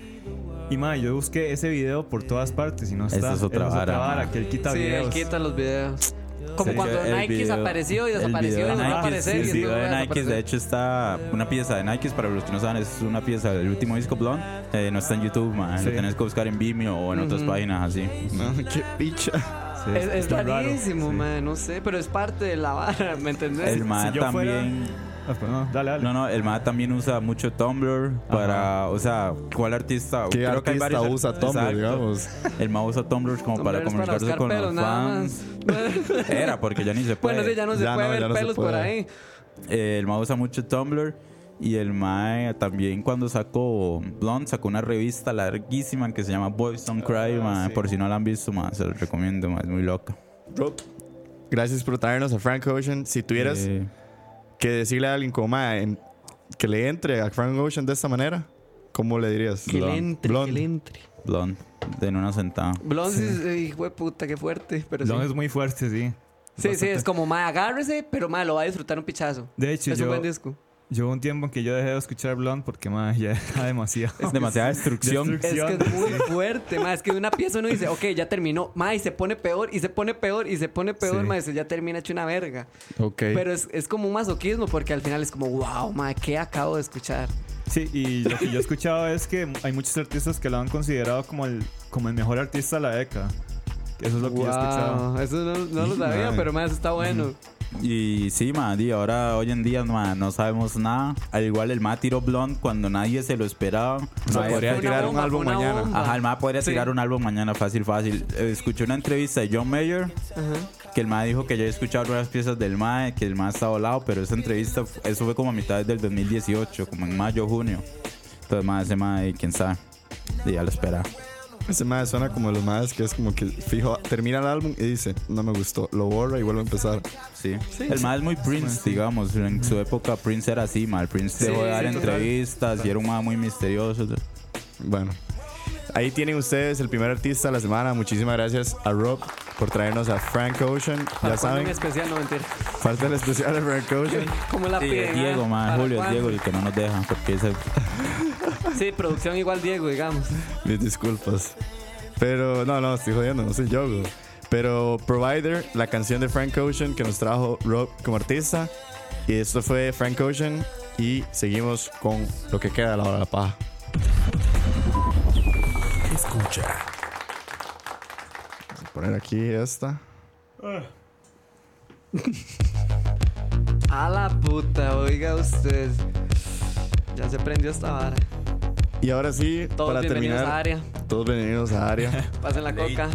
F: Y mae, yo busqué ese video por todas partes y no
D: Esa
F: está.
D: es otra
F: Él
D: vara, mae.
F: que él quita
E: Sí, él
F: videos.
E: quita los videos. Como
D: Sí,
E: cuando
D: el
E: Nike
D: video-
E: desapareció y
D: el
E: desapareció
D: video
E: y
D: de
E: volvió a
D: Nike,
E: aparecer y
D: sí, el
E: después
D: video de
E: volvió a
D: Nike, de
E: desaparecer.
D: hecho está una pieza de Nike, para los que no saben, es una pieza del último disco Blonde, eh, no está en YouTube, mae, lo
F: Sí.
D: tenés que buscar en Vimeo o en otras
E: Ujú.
D: páginas así.
B: Qué picha.
E: Es, es
F: está raro,
E: rarísimo,
F: sí.
E: mae, no sé, pero es parte de la vara, ¿me entendés?
D: El mae
F: yo fuera-
D: también
F: Ah, pues no, dale, dale.
D: No, no, el MAD también usa mucho Tumblr para, o sea, ¿cuál artista?
B: ¿Qué artista
D: art-
B: usa Tumblr,
D: Exacto.
B: digamos?
D: El MAD usa Tumblr como para
E: Hombres para
D: comunicarse
E: buscar
D: con
E: pelos
D: los
E: nada
D: fans.
E: más.
D: Era, porque ya ni se puede.
E: bueno, sí, ya no se
B: Ya
E: puede
B: no,
E: ver
B: ya no se
E: pelos por
B: puede.
E: ahí.
D: Eh, el MAD usa mucho Tumblr. Y el MAE también cuando sacó Blonde sacó una revista larguísima que se llama Boys Don't Cry, mae, por si no la han visto, mae, se los recomiendo, mae, es muy loca.
B: Gracias por traernos a Frank Ocean. Si tuvieras
D: Eh,
B: que decirle a alguien como "Ma, en- que le entre a Frank Ocean de esta manera, ¿cómo le dirías?
E: Que le
B: Blonde.
E: entre, que le entre.
D: Blonde, en una sentada.
E: Blondes, hijo de puta, qué fuerte, pero sí.
F: Don es muy fuerte, sí.
E: Sí, sí, es como, mae, agárrese, pero mae, lo va a disfrutar un pichazo.
F: De hecho,
E: es
F: yo,
E: un buen disco.
F: yo hubo un tiempo en que yo dejé de escuchar Blonde porque más ya era demasiado.
D: Es demasiada destrucción.
E: Es que es muy fuerte, mae, es que de una pieza uno dice, ok, ya terminó, mae, y se pone peor, y se pone peor, y se pone peor,
F: Sí.
E: mae, se ya termina hecho una verga.
B: Ok.
E: Pero es, es como un masoquismo, porque al final es como, wow, mae, ¿qué acabo de escuchar?
F: Sí, y lo que yo he escuchado es que hay muchos artistas que lo han considerado como el, como el mejor artista de la década. Eso es lo que yo he escuchado.
E: Wow, eso no, no lo sabía,
B: mae.
E: pero mae, eso está bueno.
D: Y sí, man, di, ahora hoy en día ma, no sabemos nada. Al igual el ma tiró Blonde cuando nadie se lo esperaba.
B: Ma,
D: Ma,
B: podría
E: una
B: tirar un
E: bomba,
B: álbum
E: fue una
B: mañana.
E: bomba.
D: Ajá, el ma podría
E: Sí.
D: tirar un álbum mañana fácil, fácil. Eh, Escuché una entrevista de John Mayer que el ma dijo que ya he escuchado algunas piezas del ma, que el ma está volado, pero esa entrevista, fu- eso fue como a mitad del 2018, como en mayo, junio. Entonces, ma, ese ma, y quién sabe. Y ya lo espera.
B: Ese mae suena como los más que es como que fijo, termina el álbum y dice, no me gustó, lo borra y vuelve a empezar.
D: Sí. El ma es muy Prince, digamos. En su época, Prince era así, ma. El Prince dejó
E: Sí,
D: de dar
E: sí, total.
D: entrevistas y era un ma muy misterioso.
B: Bueno, ahí tienen ustedes el primer artista de la semana. Muchísimas gracias a Rob por traernos a Frank Ocean.
E: Para
B: Ya
E: cuando un
B: saben,
E: especial, no mentir.
B: falta el especial de Frank Ocean.
E: ¿Cómo la
D: Sí,
E: piden,
D: es
E: ah?
D: Diego, ma,
E: ¿Para
D: Julio, es
E: cuándo?
D: Diego el que no nos deja, porque ese
E: Sí, producción igual Diego, digamos.
B: Mis disculpas. Pero no, no, estoy jodiendo, no soy yo. güey. Pero Provider, la canción de Frank Ocean que nos trajo Rob como artista. Y esto fue Frank Ocean. Y seguimos con lo que queda de la hora de la paja.
A: Escucha.
B: Voy a poner aquí esta.
E: A la puta, oiga usted. Ya se prendió esta vara.
B: Y ahora sí,
E: Todos
B: para
E: bienvenidos a
B: terminar.
E: área.
B: Todos bienvenidos a área.
E: Pasen la coca.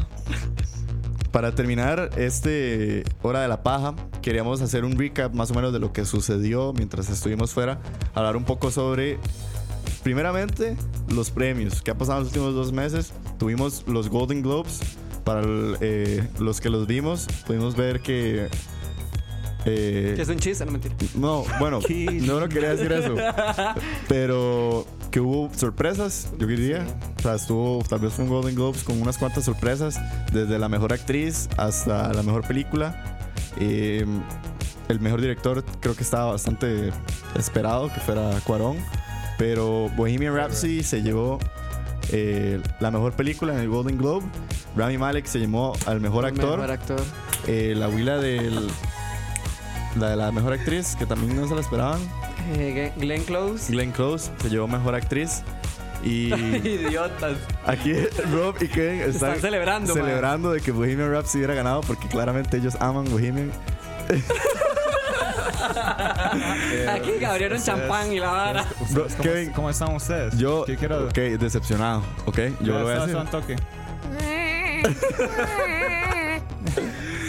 B: Para terminar este hora de la paja, queríamos hacer un recap más o menos de lo que sucedió mientras estuvimos fuera, hablar un poco sobre, primeramente, los premios. ¿Qué ha pasado en los últimos dos meses? Tuvimos los Golden Globes, para el- eh, los que los vimos, pudimos ver que... eh,
E: Que es un chiste, no mentira.
B: no, bueno, no lo quería decir eso, pero que hubo sorpresas, yo diría. O sea, estuvo, tal vez fue un Golden Globes con unas cuantas sorpresas, desde la mejor actriz hasta la mejor película. Eh, el mejor director creo que estaba bastante esperado que fuera Cuarón, pero Bohemian Rhapsody se llevó eh, la mejor película en el Golden Globe. Rami Malek se llamó al mejor actor.
E: Mejor actor.
B: Eh, la huila del, la de la mejor actriz, que también no se la esperaban.
E: Eh, Glenn Close.
B: Glenn Close se llevó mejor actriz. Y
E: Idiotas.
B: aquí Rob y Ken están,
E: Están celebrando, man.
B: celebrando de que Bohemian Rhapsody hubiera ganado porque claramente ellos aman Bohemian.
E: Aquí abrieron champán y la vara.
B: Bro,
F: ¿Ustedes
B: Kevin,
F: ¿Cómo, cómo están ustedes?
B: Yo,
F: ¿Qué quiero?
B: ok, decepcionado, ok, yo lo voy a
F: Estaba-
B: decir.
F: estaba en toque.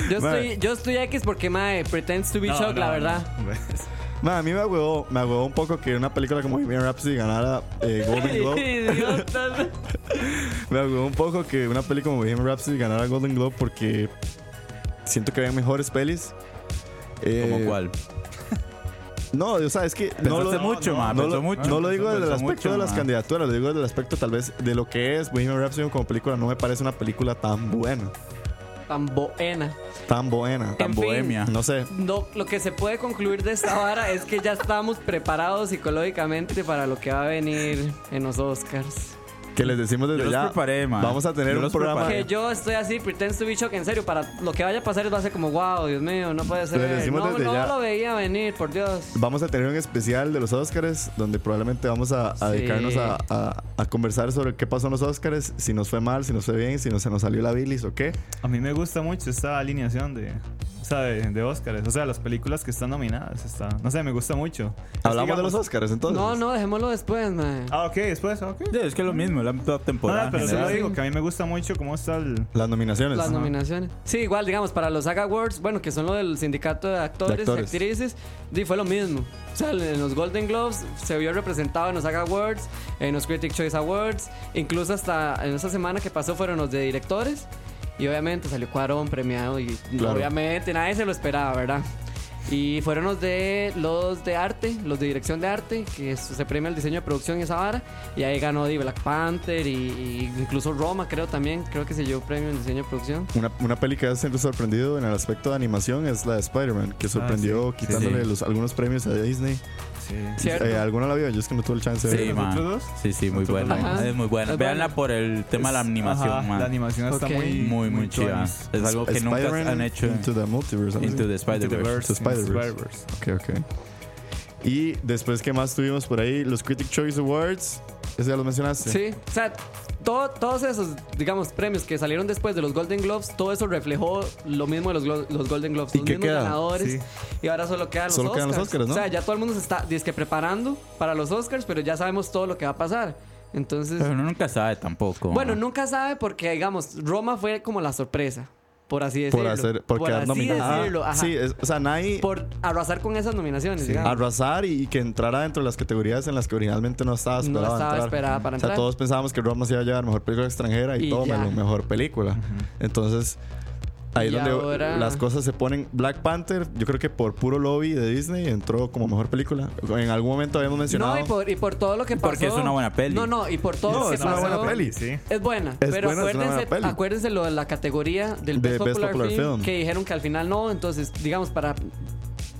E: Yo
B: Mae.
E: estoy, yo estoy X porque mae pretends to be
F: No,
E: shocked,
F: no,
E: la
F: no.
E: verdad.
B: Ma, a mí me agüevó, me agüevó un poco que una película como Bohemian Rhapsody ganara eh, Golden Globe.
E: Idiotas.
B: Me agüevó un poco que una película como Bohemian Rhapsody ganara Golden Globe porque siento que habían mejores pelis. Eh,
D: ¿Como cuál?
B: No, o sea, es que no lo,
D: Pensaste mucho,
B: no,
D: ma,
B: no
D: pensó
B: lo,
D: mucho.
B: no lo digo
D: Pensó
B: desde el aspecto
D: mucho,
B: de las
D: ma.
B: candidaturas, lo digo desde el aspecto tal vez de lo que es Bohemian Rhapsody como película. No me parece una película tan buena,
E: Tan bohena.
B: tan buena.
D: Tan
E: En fin.
D: bohemia.
B: No sé,
E: No, lo que se puede concluir de esta vara es que ya estamos preparados psicológicamente para lo que va a venir en los Oscars.
B: que les decimos desde
D: Yo los
B: ya.
D: preparé, ma.
B: Vamos a tener
D: Yo
B: un
D: los
B: programa.
D: preparé.
E: Que yo estoy así, pretends to be shocked, en serio, para lo que vaya a pasar va a ser como, wow, Dios mío, no puede
B: Lo
E: ser.
B: decimos
E: No,
B: desde
E: no
B: ya.
E: lo veía venir, por Dios.
B: Vamos a tener un especial de los Oscars donde probablemente vamos a, a
E: Sí.
B: dedicarnos a, a- a conversar sobre qué pasó en los Oscars, si nos fue mal, si nos fue bien, si nos, se nos salió la bilis o qué.
D: Pues
F: A mí me gusta mucho esta alineación de, o sea, de, de Óscares. O sea, las películas que están nominadas. Está, no sé, me gusta mucho. Es,
B: Hablamos de
F: digamos-
B: los Oscars entonces.
E: No, no, dejémoslo después, mae.
F: Ah, ok, después, ok.
D: Sí, es que es lo mismo, la la temporada.
F: Ah, pero
D: en
F: se lo
D: general.
F: digo, que a mí me gusta mucho cómo está el...
B: Las nominaciones.
E: Las
B: Ajá.
E: nominaciones. Sí, igual, digamos, para los SAG Awards, bueno, que son lo del sindicato de actores,
B: De
E: y
B: actores.
E: actrices, di, fue lo mismo. O sea, en los Golden Globes se vio representado en los SAG Awards, en los Critic Choice Awards, incluso hasta en esta semana que pasó fueron los de directores. Y obviamente salió Cuarón premiado y
B: Claro.
E: obviamente nadie se lo esperaba, ¿verdad? Y fueron los de los de arte, los de dirección de arte, que es- se premia el diseño de producción y esa vara. Y ahí ganó di, Black Panther y, y incluso Roma, creo también, creo que se llevó premio en diseño de producción.
B: Una, una peli que ha siempre sorprendido en el aspecto de animación es la de Spider-Man, que sorprendió
F: sí.
B: quitándole
D: Ah, Sí.
B: Los, algunos premios a Disney.
F: Sí.
E: Cierto.
B: Eh, ¿Alguna la vio? Yo es que no tuve el chance de
D: Sí,
B: verla.
D: ma.
F: ¿Nosotros dos?
D: Sí, sí, muy
F: Nosotros
D: buena. Ah,
E: dos.
D: Es muy buena.
E: Es
D: Veanla
E: buena.
D: por el tema de la
F: Es-
D: animación,
F: ajá,
D: man.
F: La animación está
E: Ok.
F: muy...
D: muy, muy chida.
F: tuanis.
D: Es algo que nunca
B: Spider-Man
D: han hecho en-
B: Into the Multiverse. algo
D: Into
B: así.
D: the Spider-Verse.
B: Into Spider-Verse.
F: Spider-Verse.
B: Ok, ok. Y después, ¿qué más tuvimos por ahí? Los Critic Choice Awards. ¿Eso ya lo mencionaste?
E: Sí, o sea, todo- todos esos, digamos, premios que salieron después de los Golden Globes, todo eso reflejó lo mismo de los, glo- los Golden Globes,
B: ¿Y
E: los
B: qué
E: mismos
B: queda?
E: ganadores.
F: Sí.
E: Y ahora solo quedan los
B: Solo
E: Oscars.
B: quedan los Oscars, ¿no?
E: O sea, ya todo el mundo se está dizque, preparando para los Oscars, pero ya sabemos todo lo que va a pasar. Entonces,
D: Pero uno nunca sabe tampoco.
E: bueno,
D: ma.
E: nunca sabe porque, digamos, Roma fue como la sorpresa, por así decirlo.
B: por hacer por, quedar
E: así
B: nominada. Ah,
E: decirlo, ajá.
B: Sí, es- o sea, nadie
E: Por arrasar con esas nominaciones, digamos.
B: arrasar y, y que entrara dentro de las categorías en las que originalmente no estaba
E: No
B: esperada
E: estaba
B: entrar.
E: esperada para
B: O sea,
E: entrar.
B: todos pensábamos que Roma se iba a llevar mejor película extranjera y,
E: Y
B: todo
E: ya.
B: menos mejor película. Entonces, ahí
E: Y
B: donde
E: ahora-
B: las cosas se ponen. Black Panther, yo creo que por puro lobby de Disney entró como mejor película. En algún momento habíamos mencionado.
E: No, y pues, por, y por todo lo que pasó.
D: Porque es una buena peli.
E: No, no, y por todo lo
B: No,
E: que
B: es una
E: pasó.
B: buena peli.
F: Sí.
E: Es buena, pero
B: buena, es una
E: acuérdense,
B: buena peli.
E: acuérdense lo de la categoría del
B: De
E: Best,
B: Best
E: Popular,
B: Popular
E: Film,
B: Film.
E: que dijeron que al final no, entonces digamos para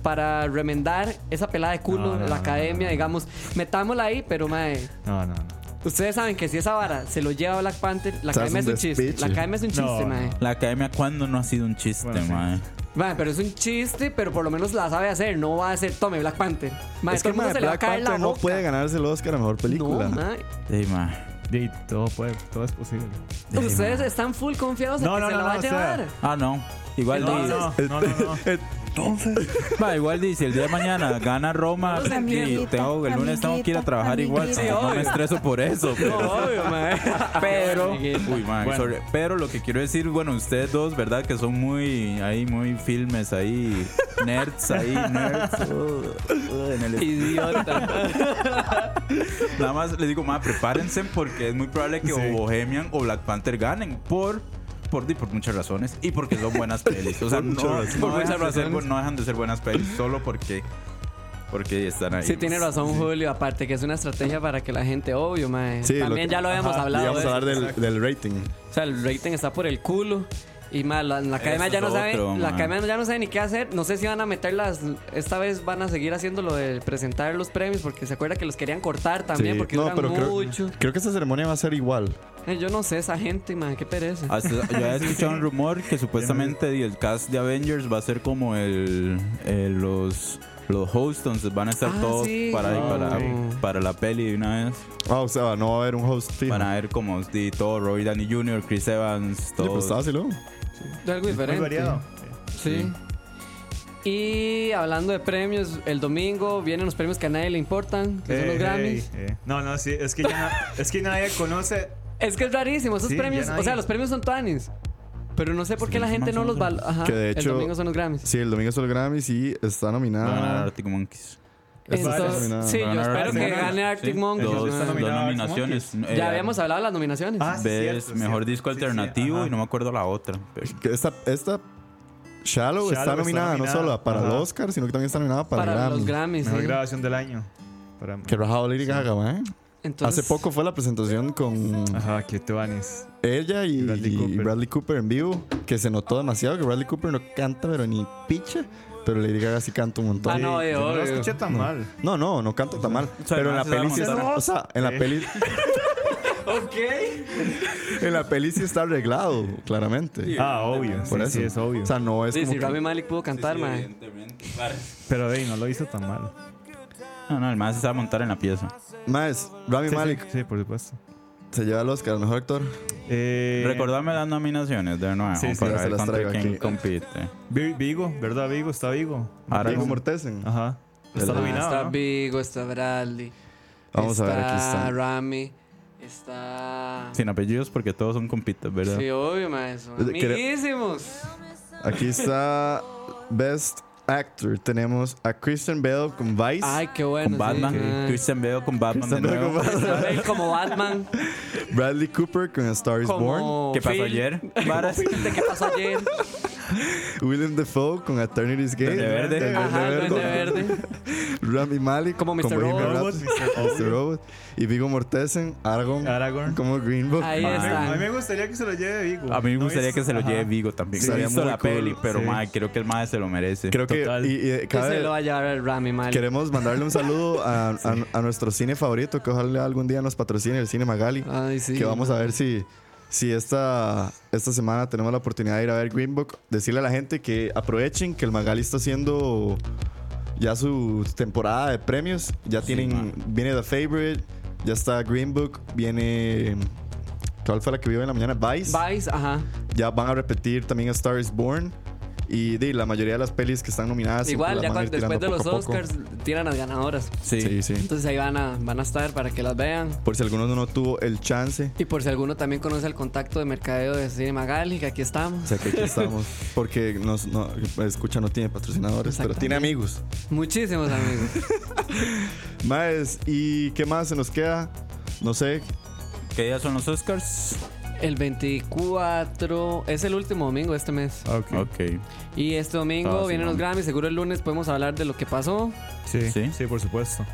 E: para remendar esa pelada de
F: No,
E: culo
F: no,
E: de
F: no, no,
E: la academia,
F: no.
E: digamos, metámosla ahí, pero mae,
F: No, no, no.
E: ustedes saben que si esa vara se lo lleva Black Panther, la
B: O sea, es
E: academia es
B: un
E: un chiste, la
B: despiche.
E: academia es un
F: No,
E: chiste,
F: no.
E: mae.
D: La academia, ¿cuándo no ha sido un chiste,
F: Bueno, sí.
D: mae?
E: Mae, pero es un chiste, pero por lo menos la sabe hacer, no va a ser tome Black Panther. Mae,
B: es
E: todo
B: que
E: el mundo
B: madre,
E: se le va a
B: Black
E: caer la
B: Panther no
E: boca.
B: puede ganarse el Oscar a mejor película.
E: No, mae.
D: Sí, mae.
F: Y todo puede, todo es posible.
D: Sí,
E: Ustedes
D: mae.
E: están full confiados en
F: No,
E: que
F: no,
E: se
F: no,
E: la va
F: no,
E: a
F: o sea,
E: llevar.
D: Ah, no. Igual
F: No,
D: di-
F: no, no, no, no.
D: mae, igual di, si el día de mañana gana Roma,
E: No sé,
D: di,
K: amiguita,
D: tengo, el lunes tengo que ir a trabajar igual.
K: amiguita.
D: sí, no
E: obvio.
D: me estreso por eso. Pero,
E: obvio, mae.
D: pero,
E: Amiguita.
D: uy, mae,
F: Bueno.
D: sorry. pero lo que quiero decir, bueno, ustedes dos, ¿verdad? Que son muy, ahí, muy filmes, ahí, nerds, ahí, nerds. uh, uh, en el
E: Idiota.
D: Nada más les digo, más prepárense porque es muy probable que o Bohemian o Black Panther ganen por por, di- por muchas razones y porque son buenas pelis. O sea, no, no
E: Por
D: dejan
E: muchas
D: de ser
E: razones.
D: bu- no dejan de ser buenas pelis solo porque Porque están ahí.
E: Sí, tiene razón Julio, aparte que es una estrategia para que la gente, obvio, mae.
B: Sí,
E: También
B: que-
E: ya lo habíamos
B: ajá,
E: hablado.
B: Y vamos
E: de
B: a hablar
E: eso.
B: del, del rating.
E: O sea, el rating está por el culo. Y más, la, la academia
D: Eso
E: ya
D: es
E: no sabe,
D: otro,
E: la
D: ma.
E: academia ya no sabe ni qué hacer. No sé si van a meterlas, esta vez van a seguir haciendo lo de presentar los premios, porque se acuerda que los querían cortar también,
B: Sí.
E: porque
B: no,
E: duran
B: pero
E: mucho.
B: creo, creo que esta ceremonia va a ser igual.
E: Eh, Yo no sé esa gente, man, qué pereza.
B: Ah,
D: Hasta- yo había escuchado un rumor que supuestamente di, el cast de Avengers va a ser como el, el- los los hosts, entonces van a estar
E: Ah,
D: todos
E: sí.
D: para, ahí, para,
E: Oh.
D: para la peli de una vez.
B: Ah, o sea, no va a haber un host fijo.
D: Van a ver como di, todo Roy Danny Jr., Chris Evans,
B: Sí, pues,
D: todos.
B: está así luego.
E: De algo diferente.
F: Muy variado.
E: Sí. Y hablando de premios, el domingo vienen los premios que a nadie le importan, que son
F: Eh,
E: los
F: eh,
E: Grammys.
F: eh. No, no, sí, es que ya no- es que nadie conoce.
E: Es que es rarísimo, esos
F: Sí,
E: premios,
F: ya nadie-
E: o sea, los premios son Tuanis. Pero no sé por qué la gente no
D: son
E: los
D: los
E: valora. Ajá,
B: Que de
E: el
B: hecho-
E: domingo son los Grammys.
B: Sí, el domingo es el Grammy, sí, está
D: Van a ganar
B: nominada.
D: Arctic Monkeys.
E: Entonces,
B: nominada.
E: sí, yo
D: Van a ganar
E: espero que
F: Arctic
E: gane Arctic
D: Sí,
E: Monkeys.
D: Dos,
F: Ellos
E: man.
F: están
D: dos
F: nominados,
D: nominaciones. Eh,
E: Ya habíamos hablado de las nominaciones.
F: Ah, sí,
D: Ves,
F: cierto,
D: mejor
F: cierto.
D: disco
F: Sí, sí,
D: alternativo
F: ajá.
D: y no me acuerdo la otra. pero-
B: Que esta, esta Shallow,
F: Shallow
B: está
F: está
B: nominada no
F: nominada.
B: solo para el
F: Ajá.
B: Oscar, sino que también está nominada para,
E: para
B: el Grammy.
E: los Grammys.
F: Mejor
E: sí.
F: grabación del año. Para-
B: Que rajado Lady Gaga, mae.
E: Entonces,
B: Hace poco fue la presentación con
F: Ajá, que tú, Anis.
B: ella y y Bradley,
F: Bradley
B: Cooper.
F: Cooper.
B: en vivo, que se notó demasiado que Bradley Cooper no canta, pero ni picha. Pero Lady Gaga sí canta un montón.
E: Ah, no, de
F: Yo no lo
E: obvio.
F: escuché tan mal.
B: No, no, no canta tan mal.
D: sea,
B: pero en la
D: además
B: peli sí
D: se la
B: está.
D: montaron.
B: O sea, en la
F: Sí.
B: peli.
E: Ok.
B: En la peli sí está arreglado, claramente.
F: Ah, obvio.
B: Por
F: sí,
B: eso.
F: sí, es obvio.
B: O sea, no es
E: Sí,
B: como
E: si
B: que-
E: Rami Malik pudo cantar, man.
F: Pero de ahí no lo hizo tan mal.
D: No, no, el más se sabe montar en la pieza.
B: Más, Rami
F: Sí,
B: Malik
F: Sí, sí, por supuesto.
B: se lleva el Oscar al mejor actor.
F: Eh,
D: Recordame las nominaciones de nuevo
F: Sí, sí,
D: para
B: ya se
D: ver
B: las
D: contra
B: traigo
D: quién
B: aquí.
D: compite.
F: Vi- Vigo, ¿verdad? Vigo, está Vigo.
D: Ahora
B: Diego
D: no-
B: Mortensen.
F: Ajá.
D: de
F: Está
D: la-
E: Ah,
F: nominado.
E: está
F: ¿no?
E: Vigo, está Bradley.
B: Vamos a ver, aquí
E: Está
B: está.
E: Rami. Está.
D: Sin apellidos porque todos son compitas, ¿verdad?
E: Sí, obvio, man. Son
B: Eh, creo-
E: amiguísimos.
B: Aquí está Best Actor. Tenemos a Christian Bale con Vice.
E: Ay, qué bueno.
D: Con Batman.
E: sí, man.
D: Christian Bale con Batman de
B: Christian Bale
D: nuevo.
B: con Batman.
E: Está Bale como Batman.
B: Bradley Cooper con A Star is Born.
E: Como
D: ¿Qué pasó
E: Phil.
D: ayer?
E: Como
D: Varas.
E: Phil de ¿Qué pasó ayer?
B: Willem Dafoe con Eternity's Gate.
D: Duende Verde.
B: Duende
E: Ajá, el Duende
B: Verde.
E: Verde.
B: Rami Malik
E: Como Mr.
B: Bohemian
F: Robot.
B: Rhapsody.
F: Mr. Obvio.
B: Mr. Robot. Y Vigo Mortensen, Aragorn.
F: Aragorn.
B: Como Green Book.
E: Ahí
D: Ah.
E: está.
F: A mí me gustaría que se lo lleve Vigo.
D: A mí me
F: No
D: gustaría
F: es-
D: que se lo
F: Ajá.
D: lleve Vigo también.
B: Sí,
D: Sí,
B: estaría
D: visto
B: muy
D: la
B: cool.
D: peli, pero
F: Sí.
D: madre, creo que el madre se lo merece.
B: Creo que.
F: Total.
B: Y, y
E: Que se
B: cabe-
E: lo va a llevar el Rami Malik.
B: queremos mandarle un saludo a, a- a nuestro cine favorito. Que ojalá algún día nos patrocine el cine Magali.
E: Ay, sí.
B: que vamos a ver si, si esta, esta semana tenemos la oportunidad de ir a ver Green Book. Decirle a la gente que aprovechen que el Magali está haciendo ya su temporada de premios. Ya tienen,
D: man.
B: viene The Favorite, ya está Green Book, viene... ¿Cuál fue la que vio en la mañana? Vice.
E: Vice, ajá.
B: Ya van a repetir también a Star is Born. Y de, la mayoría de las pelis que están nominadas. siempre
E: Igual,
B: las
E: ya
B: van a ir
E: cuando- después de
B: tirando
E: los
B: poco a poco.
E: Oscars, tiran las ganadoras.
D: Sí.
B: Sí, sí.
E: Entonces ahí van a, van a estar para que las vean.
B: Por si alguno no tuvo el chance.
E: Y por si alguno también conoce el contacto de mercadeo de Cine Magali, que aquí
B: O
E: estamos.
B: sea que aquí estamos. Porque nos, no, escucha, no tiene patrocinadores, pero tiene amigos.
E: Muchísimos amigos.
B: Más, ¿y qué más se nos queda? No sé.
D: ¿Qué día son los Oscars?
E: El 24 es el último domingo de este mes.
D: Ok.
E: Y este domingo
D: Ah, sí,
E: vienen los
D: man.
E: Grammys. Seguro el lunes podemos hablar de lo que pasó.
F: Sí,
D: Sí.
F: sí, por supuesto.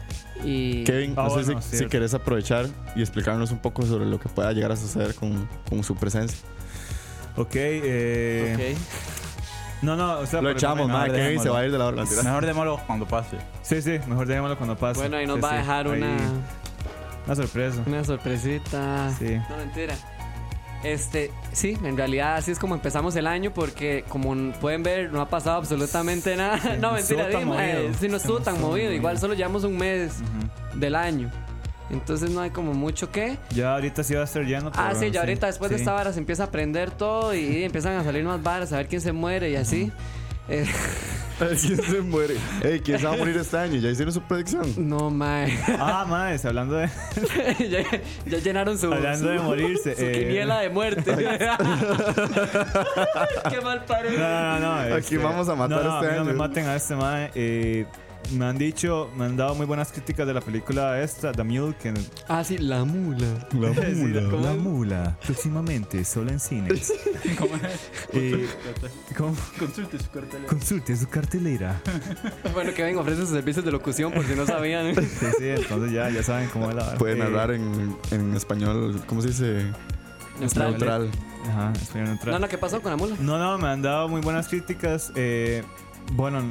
E: Y
B: Kevin,
F: Ah,
B: no sé
F: bueno,
B: si, si
F: cierto.
B: querés aprovechar y explicarnos un poco sobre lo que pueda llegar a suceder con, con su presencia.
F: Ah, Ok, eh.
E: Ok.
F: No, no, o sea.
B: Lo
F: por-
B: echamos,
D: no,
B: madre. Kevin se
D: dejémoslo.
B: va a ir de la hora. mentira.
D: Mejor démoslo cuando pase.
F: Sí, sí, mejor dejémoslo cuando pase.
E: bueno, ahí nos
F: Sí,
E: va a
F: sí,
E: dejar
F: ahí
E: una,
F: Una sorpresa.
E: una sorpresita.
F: Sí.
E: No, mentira. Este, sí, en realidad así es como empezamos el año porque como n- pueden ver no ha pasado absolutamente nada. no,
F: no
E: mentira,
F: estuvo tan
E: dime, eh,
F: movido.
E: sí, no estuvo
F: No
E: tan
F: estuvo
E: movido.
F: movido.
E: Igual solo llevamos un mes del año. Entonces no hay como mucho que.
F: Ya ahorita sí va a estar lleno.
E: Ah,
F: pero
E: sí, ya ahorita después de
F: sí.
E: esta vara se empieza a aprender todo y empiezan a salir más varas, a ver quién se muere y así. Eh,
B: ¿Quién se muere? Ey, ¿quién se va a morir este año? ¿Ya hicieron su predicción?
E: no, mae.
F: Ah, madre, hablando de,
E: ya, ya llenaron su,
F: hablando de
E: su-
F: morirse.
E: su
F: eh,
E: quiniela de muerte. Qué mal parido.
F: No, no, no.
B: Aquí vamos a matar
F: no, no,
B: este
F: a mí No
B: año.
F: me maten a este madre. Eh, me han dicho, me han dado muy buenas críticas de la película esta, The Mule, que
E: Ah, sí, la mula.
F: La mula,
E: ¿cómo
F: la
E: es?
F: mula. Próximamente, solo en cines. Eh, ¿cómo?
K: Consulte su cartel.
F: Consulte su cartelera.
E: Bueno, que vengo, ofrece sus servicios de locución por si no sabían.
F: Sí, sí, entonces ya, ya saben cómo es la vara.
B: Pueden
F: Eh,
B: narrar en, en español, ¿cómo se dice?
E: Neutral.
B: Neutral.
F: Ajá, estoy neutral.
E: No, no, ¿qué pasó con la mula?
F: No, no, me han dado muy buenas críticas. eh, bueno,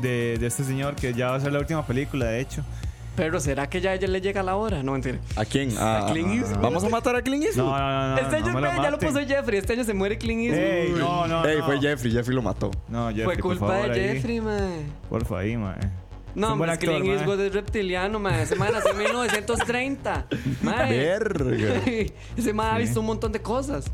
F: de, de este señor que ya va a ser la última película, de hecho.
E: Pero ¿será que ya a ella le llega la hora? No, mentira.
B: ¿A quién? A-
E: Clint Eastwood.
B: ¿Vamos a matar a Clint
F: No,
B: Eastwood?
F: no, no. no,
E: este
F: no
E: año,
F: me lo
E: ve, ya lo
F: maten.
E: puso Jeffrey. Este año se muere Clint Eastwood.
F: Ey, no, no.
B: Ey,
F: no.
B: fue Jeffrey, Jeffrey lo mató.
F: No, Jeffrey,
E: Fue culpa
F: por favor,
E: de
F: ahí.
E: Jeffrey, man.
F: Porfa, ahí, mae. Es
E: No,
F: un buen
E: más
F: actor,
E: Clint
F: mae.
E: Eastwood es reptiliano, man. Ese man nació en 1930. Mae.
B: Verga.
E: Ese man ha visto un montón de cosas.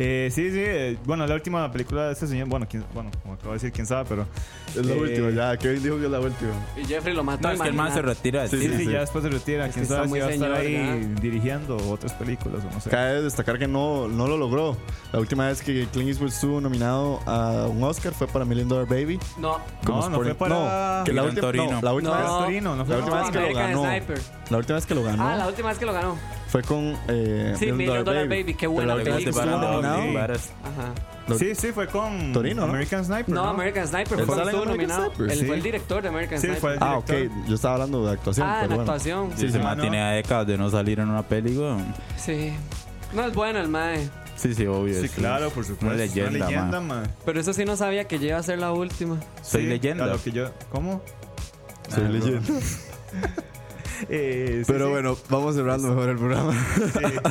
F: Eh, sí, sí. eh, bueno, la última película de este señor. Bueno, quién- bueno como acabo de decir, quién sabe, pero.
B: Es la
F: Eh,
B: última, ya. Kevin dijo que es la última.
E: Y Jeffrey lo mató.
D: No, es que el man se
E: imagínate.
D: retira de
F: Sí, sí,
D: cine.
F: ya después se retira.
E: Es
F: quién
E: que está
F: sabe si
E: muy
F: va a estar
E: señor,
F: ahí
E: ¿verdad?
F: dirigiendo otras películas o no sé.
B: Cabe destacar que no, no lo logró. La última vez que Clint Eastwood estuvo nominado a un Oscar fue para Million Dollar Baby.
E: No.
B: como
F: No, no
B: supporting-
F: fue para-
B: No, que la
D: Gran
B: última,
D: Torino.
B: no, la última
E: No.
B: vez...
F: Torino, no fue
B: La última
F: para-
B: vez que lo
E: American
B: ganó.
E: Sniper.
B: La última vez que lo ganó
E: Ah, la última vez que lo ganó.
B: fue con eh,
E: Sí, Million Dollar Baby, qué buena
B: Pero la última vez que
D: Varas,
B: estuvo nominado
F: película. Sí.
D: varas.
E: Ajá.
B: Lo-
F: Sí, sí, fue con.
B: Torino, ¿no?
F: American Sniper.
E: No,
F: ¿no?
E: American Sniper
B: Él
E: fue
B: sale
E: el
B: en American
E: nominado.
B: Sniper,
E: Él
F: sí.
E: fue el director de American
F: Sí,
E: Sniper.
F: fue el
B: Ah, ok.
F: director.
B: Yo estaba hablando de actuación.
E: Ah, en
B: pero bueno.
E: actuación.
D: Sí,
F: Sí,
D: se
F: sí, no.
D: mantiene décadas de no salir en una peli, güey.
E: Sí. No es bueno el mae.
D: Sí, sí, obvio.
F: Sí,
D: es
F: claro, por supuesto.
D: Una leyenda, ma.
F: man.
E: Pero eso sí no sabía que lleva a ser la última.
D: Soy
F: Sí,
D: leyenda.
F: a lo que yo, ¿Cómo?
B: Soy
F: Ah,
B: leyenda.
F: bro. Eh, sí,
B: Pero
F: sí.
B: bueno, vamos cerrando mejor el programa.
E: Vayan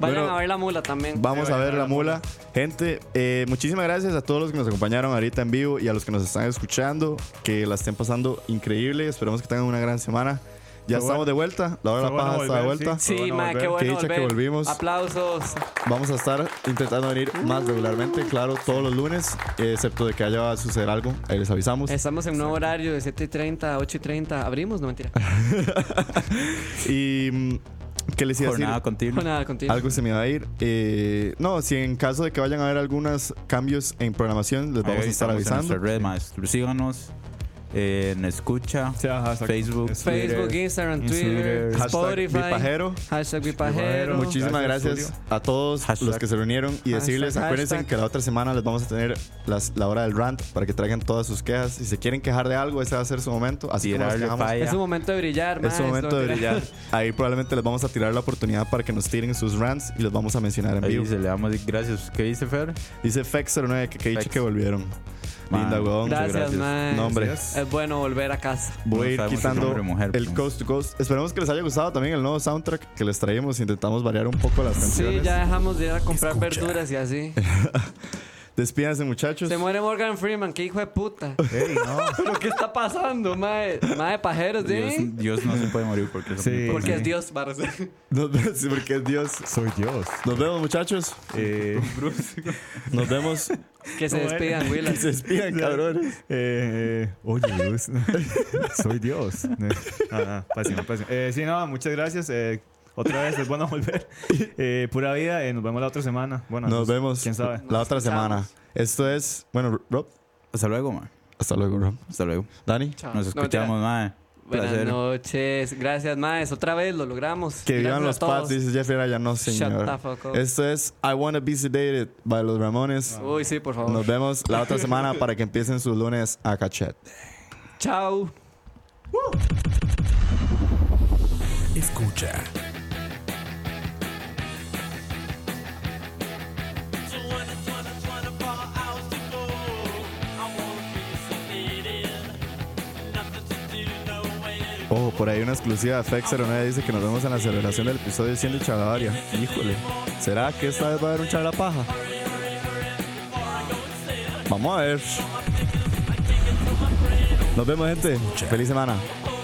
B: Bueno,
E: a ver la mula también.
B: Vamos
F: Sí,
B: a
F: vayan
B: ver
F: a
B: la
F: la
B: mula. Gente, eh, muchísimas gracias a todos los que nos acompañaron ahorita en vivo y a los que nos están escuchando. Que la estén pasando increíble. Esperemos que tengan una gran semana. Ya
F: Fue
B: estamos de vuelta. La hora de la
F: fue
B: paja
F: bueno
B: está de
F: volver,
B: vuelta.
E: Sí,
F: Bueno,
E: mae,
F: volver.
E: qué bueno.
B: Qué dicha que
E: volver.
B: volvimos.
E: Aplausos.
B: Vamos a estar intentando venir más regularmente, claro, todos los lunes, eh, excepto de que haya a suceder algo. Ahí les avisamos.
E: Estamos en un nuevo horario de 7.30 a 8.30. ¿Abrimos? No, mentira.
B: Y mm, que les iba a decir.
D: Jornada continua.
E: No, nada, contigo.
B: Algo se me va a ir. Eh, no, si en caso de que vayan a haber algunos cambios en programación, les
D: Ahí
B: vamos a estar
D: avisamos en
B: avisando.
D: nuestras redes, más. Síganos eh, en Escucha,
F: Sí, ajá, exacto.
D: Facebook,
F: Eso.
E: Facebook,
D: Twitter.
E: Instagram,
D: Twitter,
E: Twitter,
B: Hashtag
E: Spotify.
B: Vipajero.
E: Hashtag Vipajero.
B: Muchísimas
F: Gracias,
B: gracias, a todos
D: Hashtag.
B: los que se reunieron y
E: Hashtag,
B: decirles, acuérdense
E: hashtag.
B: que la otra semana les vamos a tener las- la hora del rant para que traigan todas sus quejas. Si se quieren quejar de algo, ese va a ser su momento. Así como nos
D: Tirarle Ah,
B: quejamos,
D: falla.
E: Es un momento de brillar, mae,
B: es su momento de
E: lo que-
B: brillar. Ahí probablemente les vamos a tirar la oportunidad para que nos tiren sus rants y los vamos a mencionar en
D: Ahí
B: vivo.
D: dice, le damos gracias. ¿Qué dice Fer?
B: Dice Fex09 que, que dicho
D: Fex.
B: que volvieron.
D: Man,
B: Linda, weón.
D: Muchas
E: Gracias,
D: gracias.
E: mae.
B: No, hombre.
E: Es bueno volver a casa.
B: Voy a ir
D: No sabemos si es
B: quitando
D: hombre o mujer,
B: el
D: pues.
B: Coast to Coast. Esperemos que les haya gustado también el nuevo soundtrack que les traímos. Intentamos variar un poco las
E: Sí,
B: canciones.
E: ya dejamos de ir a comprar verduras y así.
B: Despídanse, muchachos.
E: Se muere Morgan Freeman, qué hijo de puta.
F: Ey, no.
E: ¿Pero qué está pasando, mae? Mae pajeros,
D: Dios,
E: ¿sí?
D: Dios no se puede morir porque es
F: Sí.
D: omnipotente.
E: Porque es Dios, barras.
B: Nos vemos, sí, porque es Dios.
F: Soy Dios.
B: Nos vemos, muchachos.
F: Eh,
B: Nos vemos.
E: Que se
F: Bueno.
E: despidan,
B: Y
E: Willas.
B: se despidan, cabrones.
F: eh, oye, Dios. Soy Dios. Ah, ah, pásimo, pásimo. Eh, sí, no, muchas gracias. eh, otra vez, es bueno volver. Eh, pura vida, eh, nos vemos la otra semana. Bueno,
B: Nos
F: pues,
B: vemos
F: ¿Quién sabe?
B: la otra semana.
E: escuchamos.
B: Esto es. Bueno, Rob.
D: Hasta luego, man.
B: Hasta luego, Rob.
D: Hasta luego.
B: Dani.
E: Chao.
D: Nos
E: Ah, No, mentira.
D: escuchamos, mae.
E: Buenas
D: Placer.
E: noches. Gracias, maes. Otra vez lo logramos.
B: Que vivan los
E: Gracias a todos.
B: pads, dice Jeffrey Araya. No,
E: Shut the
B: señor.
E: fuck up.
B: Esto es I Wanna Be Sedated by los Ramones.
E: Uy, sí, por favor.
B: Nos vemos la otra semana para que empiecen sus lunes a cachet.
E: Chao.
A: Escucha.
B: Oh, por ahí una exclusiva de FX09 dice que nos vemos en la celebración del episodio 100 de Charlavaria. Híjole, ¿será que esta vez va a haber un charla paja? Vamos a ver. Nos vemos, gente. Feliz semana.
J: Oh, oh, oh